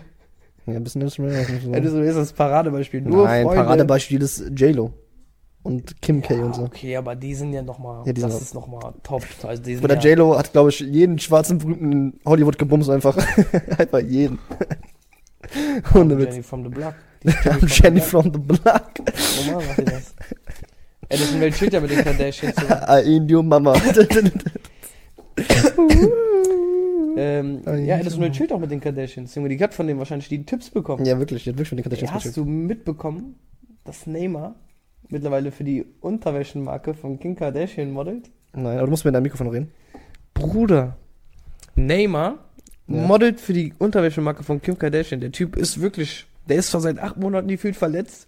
[SPEAKER 1] Ja, ein bisschen ist mir auch nicht so.
[SPEAKER 2] Addison Ray ist das Paradebeispiel. Nur
[SPEAKER 1] Nein,
[SPEAKER 2] Freunde.
[SPEAKER 1] Paradebeispiel ist J-Lo und Kim K
[SPEAKER 2] Ja,
[SPEAKER 1] und so.
[SPEAKER 2] Okay, aber die sind ja nochmal,
[SPEAKER 1] Ja, die
[SPEAKER 2] das
[SPEAKER 1] sind-
[SPEAKER 2] ist nochmal top. Also die sind
[SPEAKER 1] Oder
[SPEAKER 2] ja,
[SPEAKER 1] J-Lo hat, glaube ich, jeden schwarzen Berühmten in Hollywood gebumst einfach. einfach jeden. Ohne Witz.
[SPEAKER 2] Jenny from the Block.
[SPEAKER 1] Jenny from the Block.
[SPEAKER 2] Normal macht ihr das. Addison Ray chillt ja mit den Kardashians. zusammen.
[SPEAKER 1] I ain't your mama.
[SPEAKER 2] ähm,
[SPEAKER 1] Ah,
[SPEAKER 2] ja,
[SPEAKER 1] ja,
[SPEAKER 2] Addison Ray chillt auch mit den Kardashians. Junge, die hat von denen wahrscheinlich die Tipps bekommen.
[SPEAKER 1] ja, wirklich, die hat wirklich mit den
[SPEAKER 2] Ey,
[SPEAKER 1] Kardashians
[SPEAKER 2] hast
[SPEAKER 1] gespielt.
[SPEAKER 2] du mitbekommen, dass Neymar mittlerweile für die Unterwäschenmarke von Kim Kardashian modelt?
[SPEAKER 1] Nein, aber du musst mir in dein Mikrofon reden.
[SPEAKER 2] Bruder, Neymar
[SPEAKER 1] Ja.
[SPEAKER 2] modelt für die Unterwäschenmarke von Kim Kardashian. Der Typ ist wirklich, der ist schon seit acht Monaten gefühlt verletzt.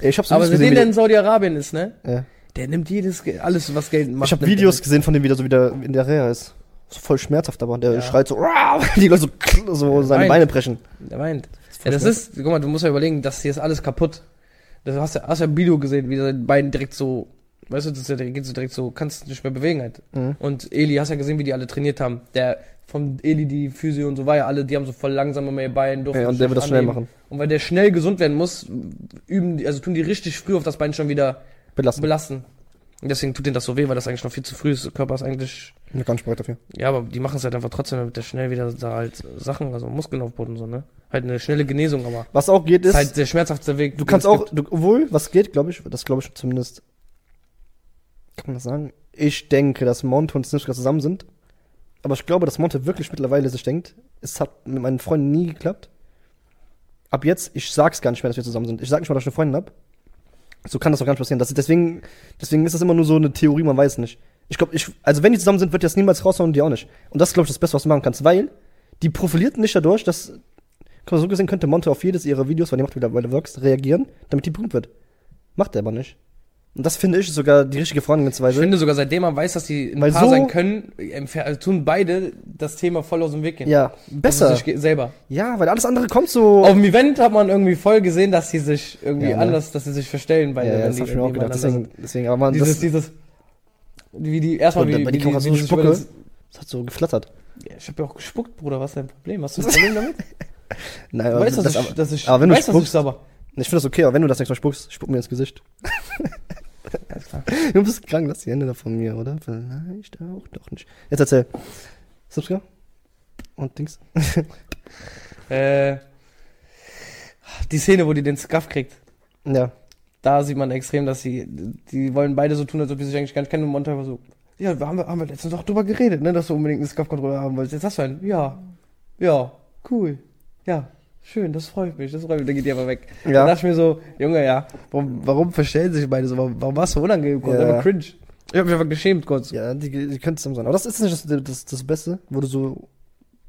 [SPEAKER 1] Ey, Ich hab's
[SPEAKER 2] Aber
[SPEAKER 1] Videos
[SPEAKER 2] seitdem der
[SPEAKER 1] gesehen.
[SPEAKER 2] in Saudi-Arabien ist, ne?
[SPEAKER 1] wie- Ja.
[SPEAKER 2] Der nimmt jedes, Ge- alles, was Geld macht.
[SPEAKER 1] Ich hab
[SPEAKER 2] nimmt er
[SPEAKER 1] Videos
[SPEAKER 2] mit.
[SPEAKER 1] gesehen von dem, wie der so wieder in der Reha ist. So voll schmerzhaft, aber der
[SPEAKER 2] Ja.
[SPEAKER 1] schreit so, "Rah!" die Leute so, so seine
[SPEAKER 2] Weint.
[SPEAKER 1] Beine brechen.
[SPEAKER 2] Der meint.
[SPEAKER 1] voll
[SPEAKER 2] Ja, das
[SPEAKER 1] schwer.
[SPEAKER 2] ist, guck mal, du musst ja überlegen, das hier ist alles kaputt. Das hast du, hast ja ein Video gesehen, wie seine Beine direkt so, weißt du, das ist ja, direkt- geht so direkt so, kannst nicht mehr bewegen halt.
[SPEAKER 1] Mhm.
[SPEAKER 2] Und Eli, hast ja gesehen, wie die alle trainiert haben. Der, von Eli, die Physio und so war ja alle, die haben so voll langsam immer ihr Bein durften
[SPEAKER 1] Ja, und
[SPEAKER 2] sich
[SPEAKER 1] der wird das schnell
[SPEAKER 2] anheben.
[SPEAKER 1] machen.
[SPEAKER 2] Und weil der schnell gesund werden muss, üben die, also tun die richtig früh auf das Bein schon wieder
[SPEAKER 1] Belassen.
[SPEAKER 2] belasten. Und deswegen tut denen das so weh, weil das eigentlich noch viel zu früh ist. Der Körper ist eigentlich,
[SPEAKER 1] Ich bin gar nicht bereit dafür.
[SPEAKER 2] ja, aber die machen es halt einfach trotzdem, damit der schnell wieder da halt Sachen, also Muskeln aufbaut und so, ne? Halt eine schnelle Genesung, aber
[SPEAKER 1] Was auch geht,
[SPEAKER 2] ist
[SPEAKER 1] ist,
[SPEAKER 2] halt der schmerzhafteste Weg.
[SPEAKER 1] du
[SPEAKER 2] den
[SPEAKER 1] kannst
[SPEAKER 2] es
[SPEAKER 1] auch,
[SPEAKER 2] gibt.
[SPEAKER 1] du, obwohl, was geht, glaube ich, das glaube ich zumindest, kann man das sagen? Ich denke, dass Monte und Snitchka zusammen sind. Aber ich glaube, dass Monte wirklich mittlerweile sich denkt, es hat mit meinen Freunden nie geklappt. Ab jetzt, ich sag's gar nicht mehr, dass wir zusammen sind. Ich sag nicht mal, dass ich eine Freundin hab. So kann das doch gar nicht passieren. Das, deswegen, deswegen ist das immer nur so eine Theorie, man weiß nicht. Ich glaube, ich, also wenn die zusammen sind, wird die das niemals raushauen und die auch nicht. Und das ist, glaube ich, das Beste, was du machen kannst, weil die profiliert nicht dadurch, dass Guck mal, So gesehen könnte Monte auf jedes ihrer Videos, weil die macht wieder weil Vlogs, reagieren, damit die berühmt wird. Macht er aber nicht. Und das finde ich ist sogar die richtige
[SPEAKER 2] Ich
[SPEAKER 1] Vorangehensweise.
[SPEAKER 2] finde sogar, seitdem man weiß, dass die ein
[SPEAKER 1] Weil
[SPEAKER 2] Paar
[SPEAKER 1] so-
[SPEAKER 2] sein können, empfe- also tun beide das Thema voll aus dem Weg gehen.
[SPEAKER 1] Ja,
[SPEAKER 2] Das ist
[SPEAKER 1] besser.
[SPEAKER 2] sich ge- selber.
[SPEAKER 1] Ja, weil alles andere kommt so.
[SPEAKER 2] Auf dem Event hat man irgendwie voll gesehen, dass die sich irgendwie
[SPEAKER 1] Ja, ne?
[SPEAKER 2] anders, dass sie sich verstellen
[SPEAKER 1] ja,
[SPEAKER 2] beide.
[SPEAKER 1] ja,
[SPEAKER 2] wenn
[SPEAKER 1] das
[SPEAKER 2] die
[SPEAKER 1] hab ich mir auch
[SPEAKER 2] irgendwie
[SPEAKER 1] gedacht.
[SPEAKER 2] miteinander
[SPEAKER 1] Deswegen, deswegen, aber man,
[SPEAKER 2] sind. Dieses,
[SPEAKER 1] das,
[SPEAKER 2] dieses, wie die, erstmal
[SPEAKER 1] Und
[SPEAKER 2] wie,
[SPEAKER 1] dann bei
[SPEAKER 2] wie
[SPEAKER 1] die Kamera so
[SPEAKER 2] wie die sich über
[SPEAKER 1] Spucke.
[SPEAKER 2] das-
[SPEAKER 1] das hat so geflattert.
[SPEAKER 2] Ja, Ich hab ja auch gespuckt, Bruder, was ist dein Problem? Hast du ein Problem damit?
[SPEAKER 1] Nein,
[SPEAKER 2] Du
[SPEAKER 1] aber,
[SPEAKER 2] weißt,
[SPEAKER 1] das,
[SPEAKER 2] dass ich,
[SPEAKER 1] aber
[SPEAKER 2] dass ich,
[SPEAKER 1] aber wenn du
[SPEAKER 2] weißt, dass ich
[SPEAKER 1] spuckst-
[SPEAKER 2] sauber.
[SPEAKER 1] ich finde das okay, aber wenn du das nächste Mal spuckst, spuck mir ins Gesicht.
[SPEAKER 2] Alles klar.
[SPEAKER 1] Du bist krank, lass die Hände da von mir, oder? Vielleicht auch doch nicht. Jetzt erzähl. Subscribe? Und Dings?
[SPEAKER 2] Äh, die Szene, wo die den Scuff kriegt.
[SPEAKER 1] Ja.
[SPEAKER 3] da sieht man extrem, dass sie, die wollen beide so tun, als ob die sich eigentlich gar nicht kennen. Und Monte war so, ja, da haben wir, haben wir letztens doch drüber geredet, ne, dass du unbedingt einen Scuff-Controller haben wolltest. Jetzt hast du einen. Ja. Ja. Cool. Ja. Schön, das freut mich, das freut mich. Dann geht die aber weg.
[SPEAKER 1] Ja.
[SPEAKER 3] Dann dachte ich mir so, Junge, ja, warum, warum verstellen sich beide so? Warum, warum war es so unangenehm kurz?
[SPEAKER 1] Ja.
[SPEAKER 3] Einfach cringe. Ich hab mich einfach geschämt kurz.
[SPEAKER 1] Ja, die, die können zusammen sein. Aber das ist nicht das, das, das Beste, wo du so.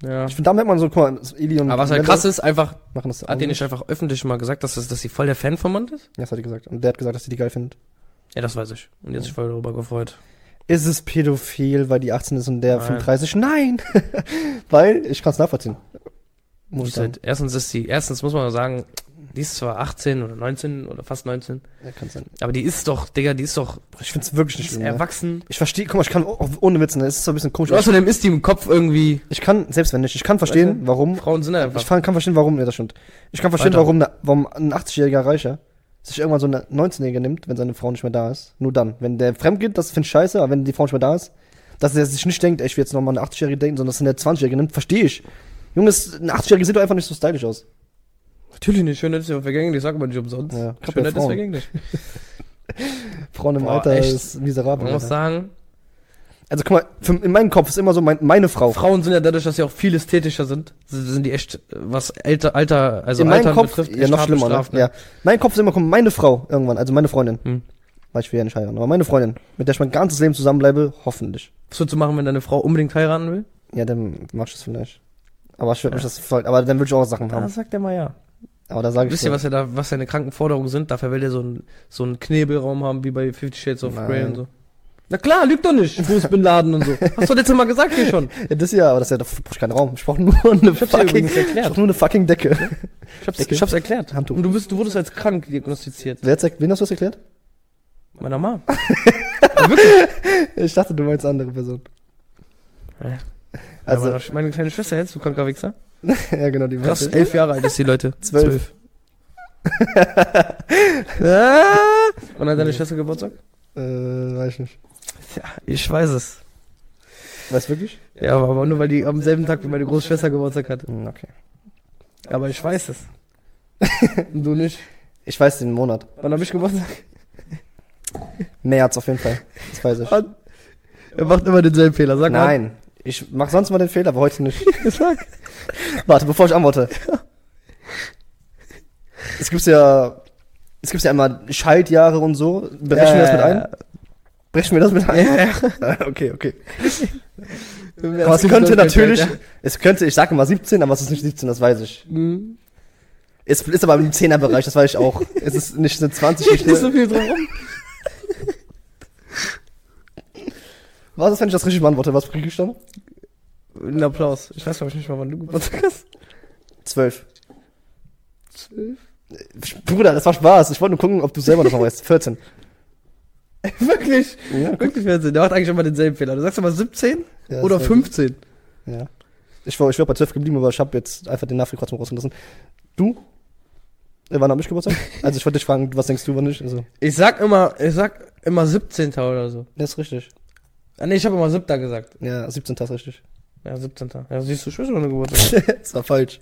[SPEAKER 3] Ja.
[SPEAKER 1] Ich finde, da merkt man so, guck mal, das Eli und.
[SPEAKER 2] Aber was halt
[SPEAKER 1] Mendel
[SPEAKER 2] krass ist, einfach,
[SPEAKER 1] Machen das
[SPEAKER 2] hat
[SPEAKER 1] auch
[SPEAKER 2] der
[SPEAKER 1] so.
[SPEAKER 2] nicht einfach öffentlich mal gesagt, dass, das, dass sie voll der Fan von Mond ist?
[SPEAKER 1] Ja, das hat er gesagt. Und der hat gesagt, dass sie die geil findet.
[SPEAKER 2] Ja, das weiß ich. Und jetzt ich voll darüber gefreut.
[SPEAKER 1] Ist es pädophil, weil die 18 ist und der
[SPEAKER 2] Nein.
[SPEAKER 1] 35? Nein! weil ich kann es nachvollziehen. Muss
[SPEAKER 2] Die
[SPEAKER 1] ich
[SPEAKER 2] ist
[SPEAKER 1] sagen.
[SPEAKER 2] halt, erstens ist sie, erstens muss man sagen, die ist zwar 18 oder 19 oder fast 19,
[SPEAKER 1] Ja, kann's sein.
[SPEAKER 2] aber die ist doch, Digga, die ist doch
[SPEAKER 1] Ich finde es wirklich
[SPEAKER 2] die
[SPEAKER 1] nicht
[SPEAKER 2] ist
[SPEAKER 1] schlimm. Ne?
[SPEAKER 2] erwachsen.
[SPEAKER 1] Ich verstehe, guck mal, ich kann, oh, oh, ohne Witz, ne? Es ist so ein bisschen komisch.
[SPEAKER 2] Und
[SPEAKER 1] aber Ich,
[SPEAKER 2] außerdem ist die im Kopf irgendwie,
[SPEAKER 1] ich kann, selbst wenn nicht, ich kann verstehen,
[SPEAKER 2] Weißt
[SPEAKER 1] warum.
[SPEAKER 2] Frauen sind
[SPEAKER 1] Ich
[SPEAKER 2] einfach.
[SPEAKER 1] kann, kann verstehen, warum, ja, das stimmt. Ich kann verstehen,
[SPEAKER 2] Weiter.
[SPEAKER 1] warum, ne- warum ein 80-jähriger Reicher sich irgendwann so eine 19-Jährige nimmt, wenn seine Frau nicht mehr da ist. Nur dann. Wenn der fremd geht, das finde ich scheiße, aber wenn die Frau nicht mehr da ist, dass er sich nicht denkt, ey, ich will jetzt nochmal eine 80-Jährige daten, sondern dass er eine 20-Jährige nimmt, verstehe ich. Junge, es- ein 80-Jähriger sieht doch einfach nicht so stylisch aus.
[SPEAKER 3] Natürlich nicht, schönheit ist ja vergänglich, sag mal nicht umsonst.
[SPEAKER 1] Ja, ich hab
[SPEAKER 3] Schönheit
[SPEAKER 1] ja
[SPEAKER 3] ist
[SPEAKER 1] Frauen.
[SPEAKER 3] vergänglich.
[SPEAKER 1] Frauen im
[SPEAKER 2] Boah,
[SPEAKER 1] Alter
[SPEAKER 2] echt?
[SPEAKER 1] ist miserabel.
[SPEAKER 2] Man muss
[SPEAKER 1] Alter.
[SPEAKER 2] sagen,
[SPEAKER 1] Also guck mal, für, in meinem Kopf ist immer so mein, meine Frau.
[SPEAKER 3] Frauen sind ja dadurch, dass sie auch viel ästhetischer sind, sind die echt, äh, was Alter, Alter also
[SPEAKER 1] in
[SPEAKER 3] Alter
[SPEAKER 1] meinem Kopf ja
[SPEAKER 3] echt
[SPEAKER 1] noch
[SPEAKER 3] hart
[SPEAKER 1] schlimmer. Ne?
[SPEAKER 3] bestraft,
[SPEAKER 1] Ja. Mein Kopf ist immer, kommt meine Frau irgendwann, also meine Freundin.
[SPEAKER 2] Hm.
[SPEAKER 1] Weil ich will ja nicht heiraten, aber meine Freundin, mit der ich mein ganzes Leben zusammenbleibe, hoffentlich.
[SPEAKER 3] Was würdest du machen, wenn deine Frau unbedingt heiraten will?
[SPEAKER 1] Ja, dann mach ich das vielleicht. Aber ich würde mich das voll, aber dann würde ich auch Sachen haben.
[SPEAKER 3] sagt er mal ja.
[SPEAKER 1] Aber da sage ich
[SPEAKER 2] Also, Wisst ihr,
[SPEAKER 1] so,
[SPEAKER 2] was, er da, was seine kranken Forderungen sind? Dafür will er so einen so einen Knebelraum haben, wie bei Fifty Shades of Grey
[SPEAKER 1] Nein.
[SPEAKER 2] und so. Na klar, lüg doch nicht, Bruce Bin Laden und so. Hast du letztes Mal gesagt hier schon.
[SPEAKER 1] ja, das hier, aber das ist ja, da brauche ich keinen Raum. Ich brauche nur eine
[SPEAKER 2] Ich hab's dir
[SPEAKER 1] fucking,
[SPEAKER 2] übrigens
[SPEAKER 1] ich brauch
[SPEAKER 2] erklärt.
[SPEAKER 1] nur eine fucking Decke.
[SPEAKER 2] Ich hab's,
[SPEAKER 1] Decke.
[SPEAKER 2] ich hab's erklärt.
[SPEAKER 1] Handtuch.
[SPEAKER 2] Und du, bist, du wurdest als krank diagnostiziert.
[SPEAKER 1] Wer hat's, erk- wen hast du das erklärt?
[SPEAKER 2] Meiner Mama.
[SPEAKER 1] Ich dachte, du meinst andere Person.
[SPEAKER 2] Ja.
[SPEAKER 1] Also,
[SPEAKER 2] meine, meine kleine Schwester hältst du kranker Wichser?
[SPEAKER 1] ja, genau, die
[SPEAKER 2] Krass,
[SPEAKER 1] meinte-
[SPEAKER 2] elf Jahre alt ist die Leute.
[SPEAKER 1] Zwölf.
[SPEAKER 2] Ah! Wann hat deine Schwester Geburtstag?
[SPEAKER 1] Äh, weiß ich nicht.
[SPEAKER 2] Ja, ich weiß es.
[SPEAKER 1] Weißt du wirklich?
[SPEAKER 2] Ja, aber aber nur weil die am selben Tag wie meine Großschwester Geburtstag hatte.
[SPEAKER 1] Hm, okay.
[SPEAKER 2] Aber ich weiß es. Und du nicht.
[SPEAKER 1] Ich weiß den Monat.
[SPEAKER 3] Wann hab ich Geburtstag?
[SPEAKER 1] März auf jeden Fall. Das weiß ich.
[SPEAKER 2] Er macht immer denselben Fehler. Sag mal.
[SPEAKER 1] Nein. Ich mach sonst mal den Fehler, aber heute nicht.
[SPEAKER 3] Sag.
[SPEAKER 1] Warte, bevor ich antworte. Es gibt ja, es gibt ja einmal Schaltjahre und so. Berechnen wir das mit ein? Brechen wir das mit ein? Ah, okay, okay.
[SPEAKER 3] ein?
[SPEAKER 1] Aber es könnte natürlich, es könnte, ich sage mal 17, aber es ist nicht 17, das weiß ich.
[SPEAKER 3] Hm.
[SPEAKER 1] Es ist aber im 10er-Bereich, das weiß ich auch. Es ist nicht eine 20 nicht
[SPEAKER 3] Nicht so
[SPEAKER 1] eine,
[SPEAKER 3] viel drum rum.
[SPEAKER 1] Was ist, wenn ich das richtig beantworte? Was kriege ich dann?
[SPEAKER 3] Ein Applaus. Ich weiß, glaube ich, nicht mal, wann du Geburtstag hast.
[SPEAKER 1] 12.
[SPEAKER 3] Zwölf?
[SPEAKER 1] Bruder, das war Spaß. Ich wollte nur gucken, ob du selber noch mal weißt. 14.
[SPEAKER 3] Wirklich?
[SPEAKER 1] Ja,
[SPEAKER 3] Wirklich 14. Der macht eigentlich immer denselben Fehler. Du sagst immer 17
[SPEAKER 1] Ja,
[SPEAKER 3] oder
[SPEAKER 1] das war-
[SPEAKER 3] 15.
[SPEAKER 1] Ja. Ich war, ich war bei 12 geblieben, aber ich habe jetzt einfach den Nachfrage rausgelassen. Du? Äh, Wann hab ich Geburtstag? Also ich wollte dich fragen, was denkst du, wann ich? Also,
[SPEAKER 3] Ich sag immer, ich sag immer 17. oder so.
[SPEAKER 1] das ist richtig.
[SPEAKER 3] Ah, nee, ich habe immer 7. gesagt.
[SPEAKER 1] Ja, 17. ist richtig.
[SPEAKER 3] Ja, 17. Ja, siehst du, ich weiß, wann du Geburtstag hast.
[SPEAKER 1] das war falsch.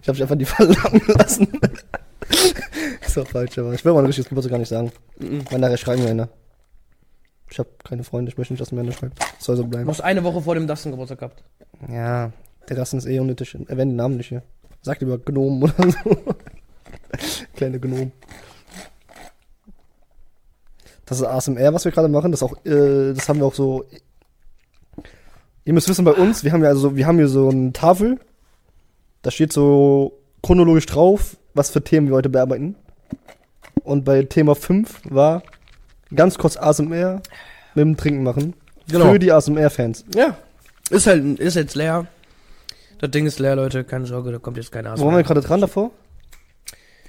[SPEAKER 1] Ich habe dich einfach in die Falle landen lassen. das war falsch, aber ich will mein richtiges Geburtstag gar nicht sagen.
[SPEAKER 3] Mhm.
[SPEAKER 1] Weil nachher schreiben wir einer. Ich habe keine Freunde, ich möchte nicht, dass mir einer schreibt. Soll so
[SPEAKER 3] Du
[SPEAKER 1] bleiben.
[SPEAKER 3] hast eine Woche vor dem Dustin Geburtstag gehabt.
[SPEAKER 1] Ja, der Rassen ist eh unnötig. Erwähne den Namen nicht hier. Sag lieber Gnomen oder so. Kleine Gnomen. Das ist ASMR, was wir gerade machen. Das, auch, äh, das haben wir auch so. Ihr müsst wissen, bei uns, wir haben ja also, wir haben hier so eine Tafel. Da steht so chronologisch drauf, was für Themen wir heute bearbeiten. Und bei Thema 5 war ganz kurz ASMR mit dem Trinken machen.
[SPEAKER 2] Genau.
[SPEAKER 1] Für die ASMR-Fans.
[SPEAKER 3] Ja.
[SPEAKER 2] Ist halt, ist jetzt leer. Das Ding ist leer, Leute. Keine Sorge, da kommt jetzt keine
[SPEAKER 1] Wo waren wir
[SPEAKER 2] Ahnung.
[SPEAKER 1] gerade dran davor?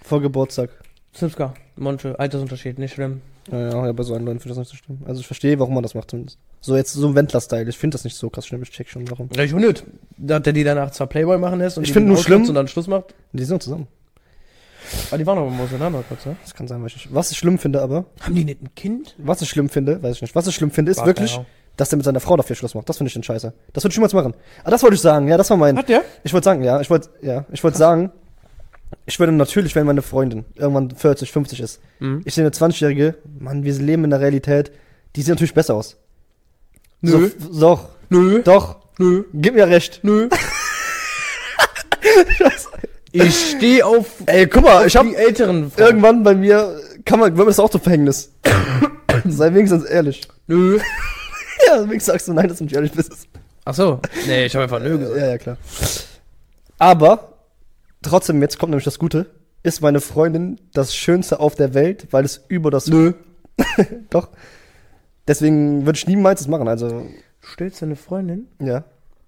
[SPEAKER 1] Vor Geburtstag.
[SPEAKER 3] Snipska, Monte, Altersunterschied, nicht schlimm.
[SPEAKER 1] Naja, ja, bei so einem Leuten finde ich das nicht so schlimm. Also ich verstehe, warum man das macht zumindest. So jetzt so Wendler-Style. Ich finde das nicht so krass schlimm. Ich check schon, warum.
[SPEAKER 3] Ja, ich unnöt. Da hat der die danach zwar Playboy machen lässt und
[SPEAKER 1] Ich
[SPEAKER 3] die
[SPEAKER 1] find nur
[SPEAKER 3] ausnutzt
[SPEAKER 1] schlimm-
[SPEAKER 3] und dann Schluss macht.
[SPEAKER 1] Die sind doch zusammen.
[SPEAKER 2] Ah,
[SPEAKER 3] Aber die waren aber mal auseinander kurz, ne?
[SPEAKER 1] Das kann sein, weiß ich nicht. Was ich schlimm finde aber,
[SPEAKER 2] Haben die nicht ein Kind?
[SPEAKER 1] was ich schlimm finde, weiß ich nicht. Was ich schlimm finde, ist
[SPEAKER 3] War
[SPEAKER 1] wirklich,
[SPEAKER 3] keine Ahnung.
[SPEAKER 1] dass er mit seiner Frau dafür Schluss macht. Das finde ich dann scheiße. Das würde ich niemals machen. Ah, das wollte ich sagen. Ja, das war mein.
[SPEAKER 3] Hat der?
[SPEAKER 1] Ich wollte sagen, ja. Ich wollte, ja. Ich wollte sagen, ich würde natürlich, wenn meine Freundin irgendwann 40, 50 ist,
[SPEAKER 2] Mhm.
[SPEAKER 1] ich sehe eine 20-Jährige, Mann, wir leben in der Realität, die sieht natürlich besser aus.
[SPEAKER 2] Nö.
[SPEAKER 1] So, doch,
[SPEAKER 2] Nö,
[SPEAKER 1] doch,
[SPEAKER 2] nö,
[SPEAKER 1] gib mir recht.
[SPEAKER 2] nö. ich stehe auf
[SPEAKER 1] Ey, guck mal, ich hab
[SPEAKER 2] die älteren Frauen.
[SPEAKER 1] irgendwann bei mir, kann man, wird mir das auch zum Verhängnis. Sei wenigstens ehrlich.
[SPEAKER 2] Nö.
[SPEAKER 1] Ja, wenigstens sagst du nein, dass du nicht ehrlich bist.
[SPEAKER 2] Ach so. Nee, ich habe einfach nö gesagt.
[SPEAKER 1] Ja, ja, klar. Aber trotzdem, jetzt kommt nämlich das Gute, ist meine Freundin das Schönste auf der Welt, weil es über das.
[SPEAKER 2] Nö.
[SPEAKER 1] Doch. Deswegen würde ich niemals das machen. Also,
[SPEAKER 3] Stellst deine Freundin
[SPEAKER 1] ja.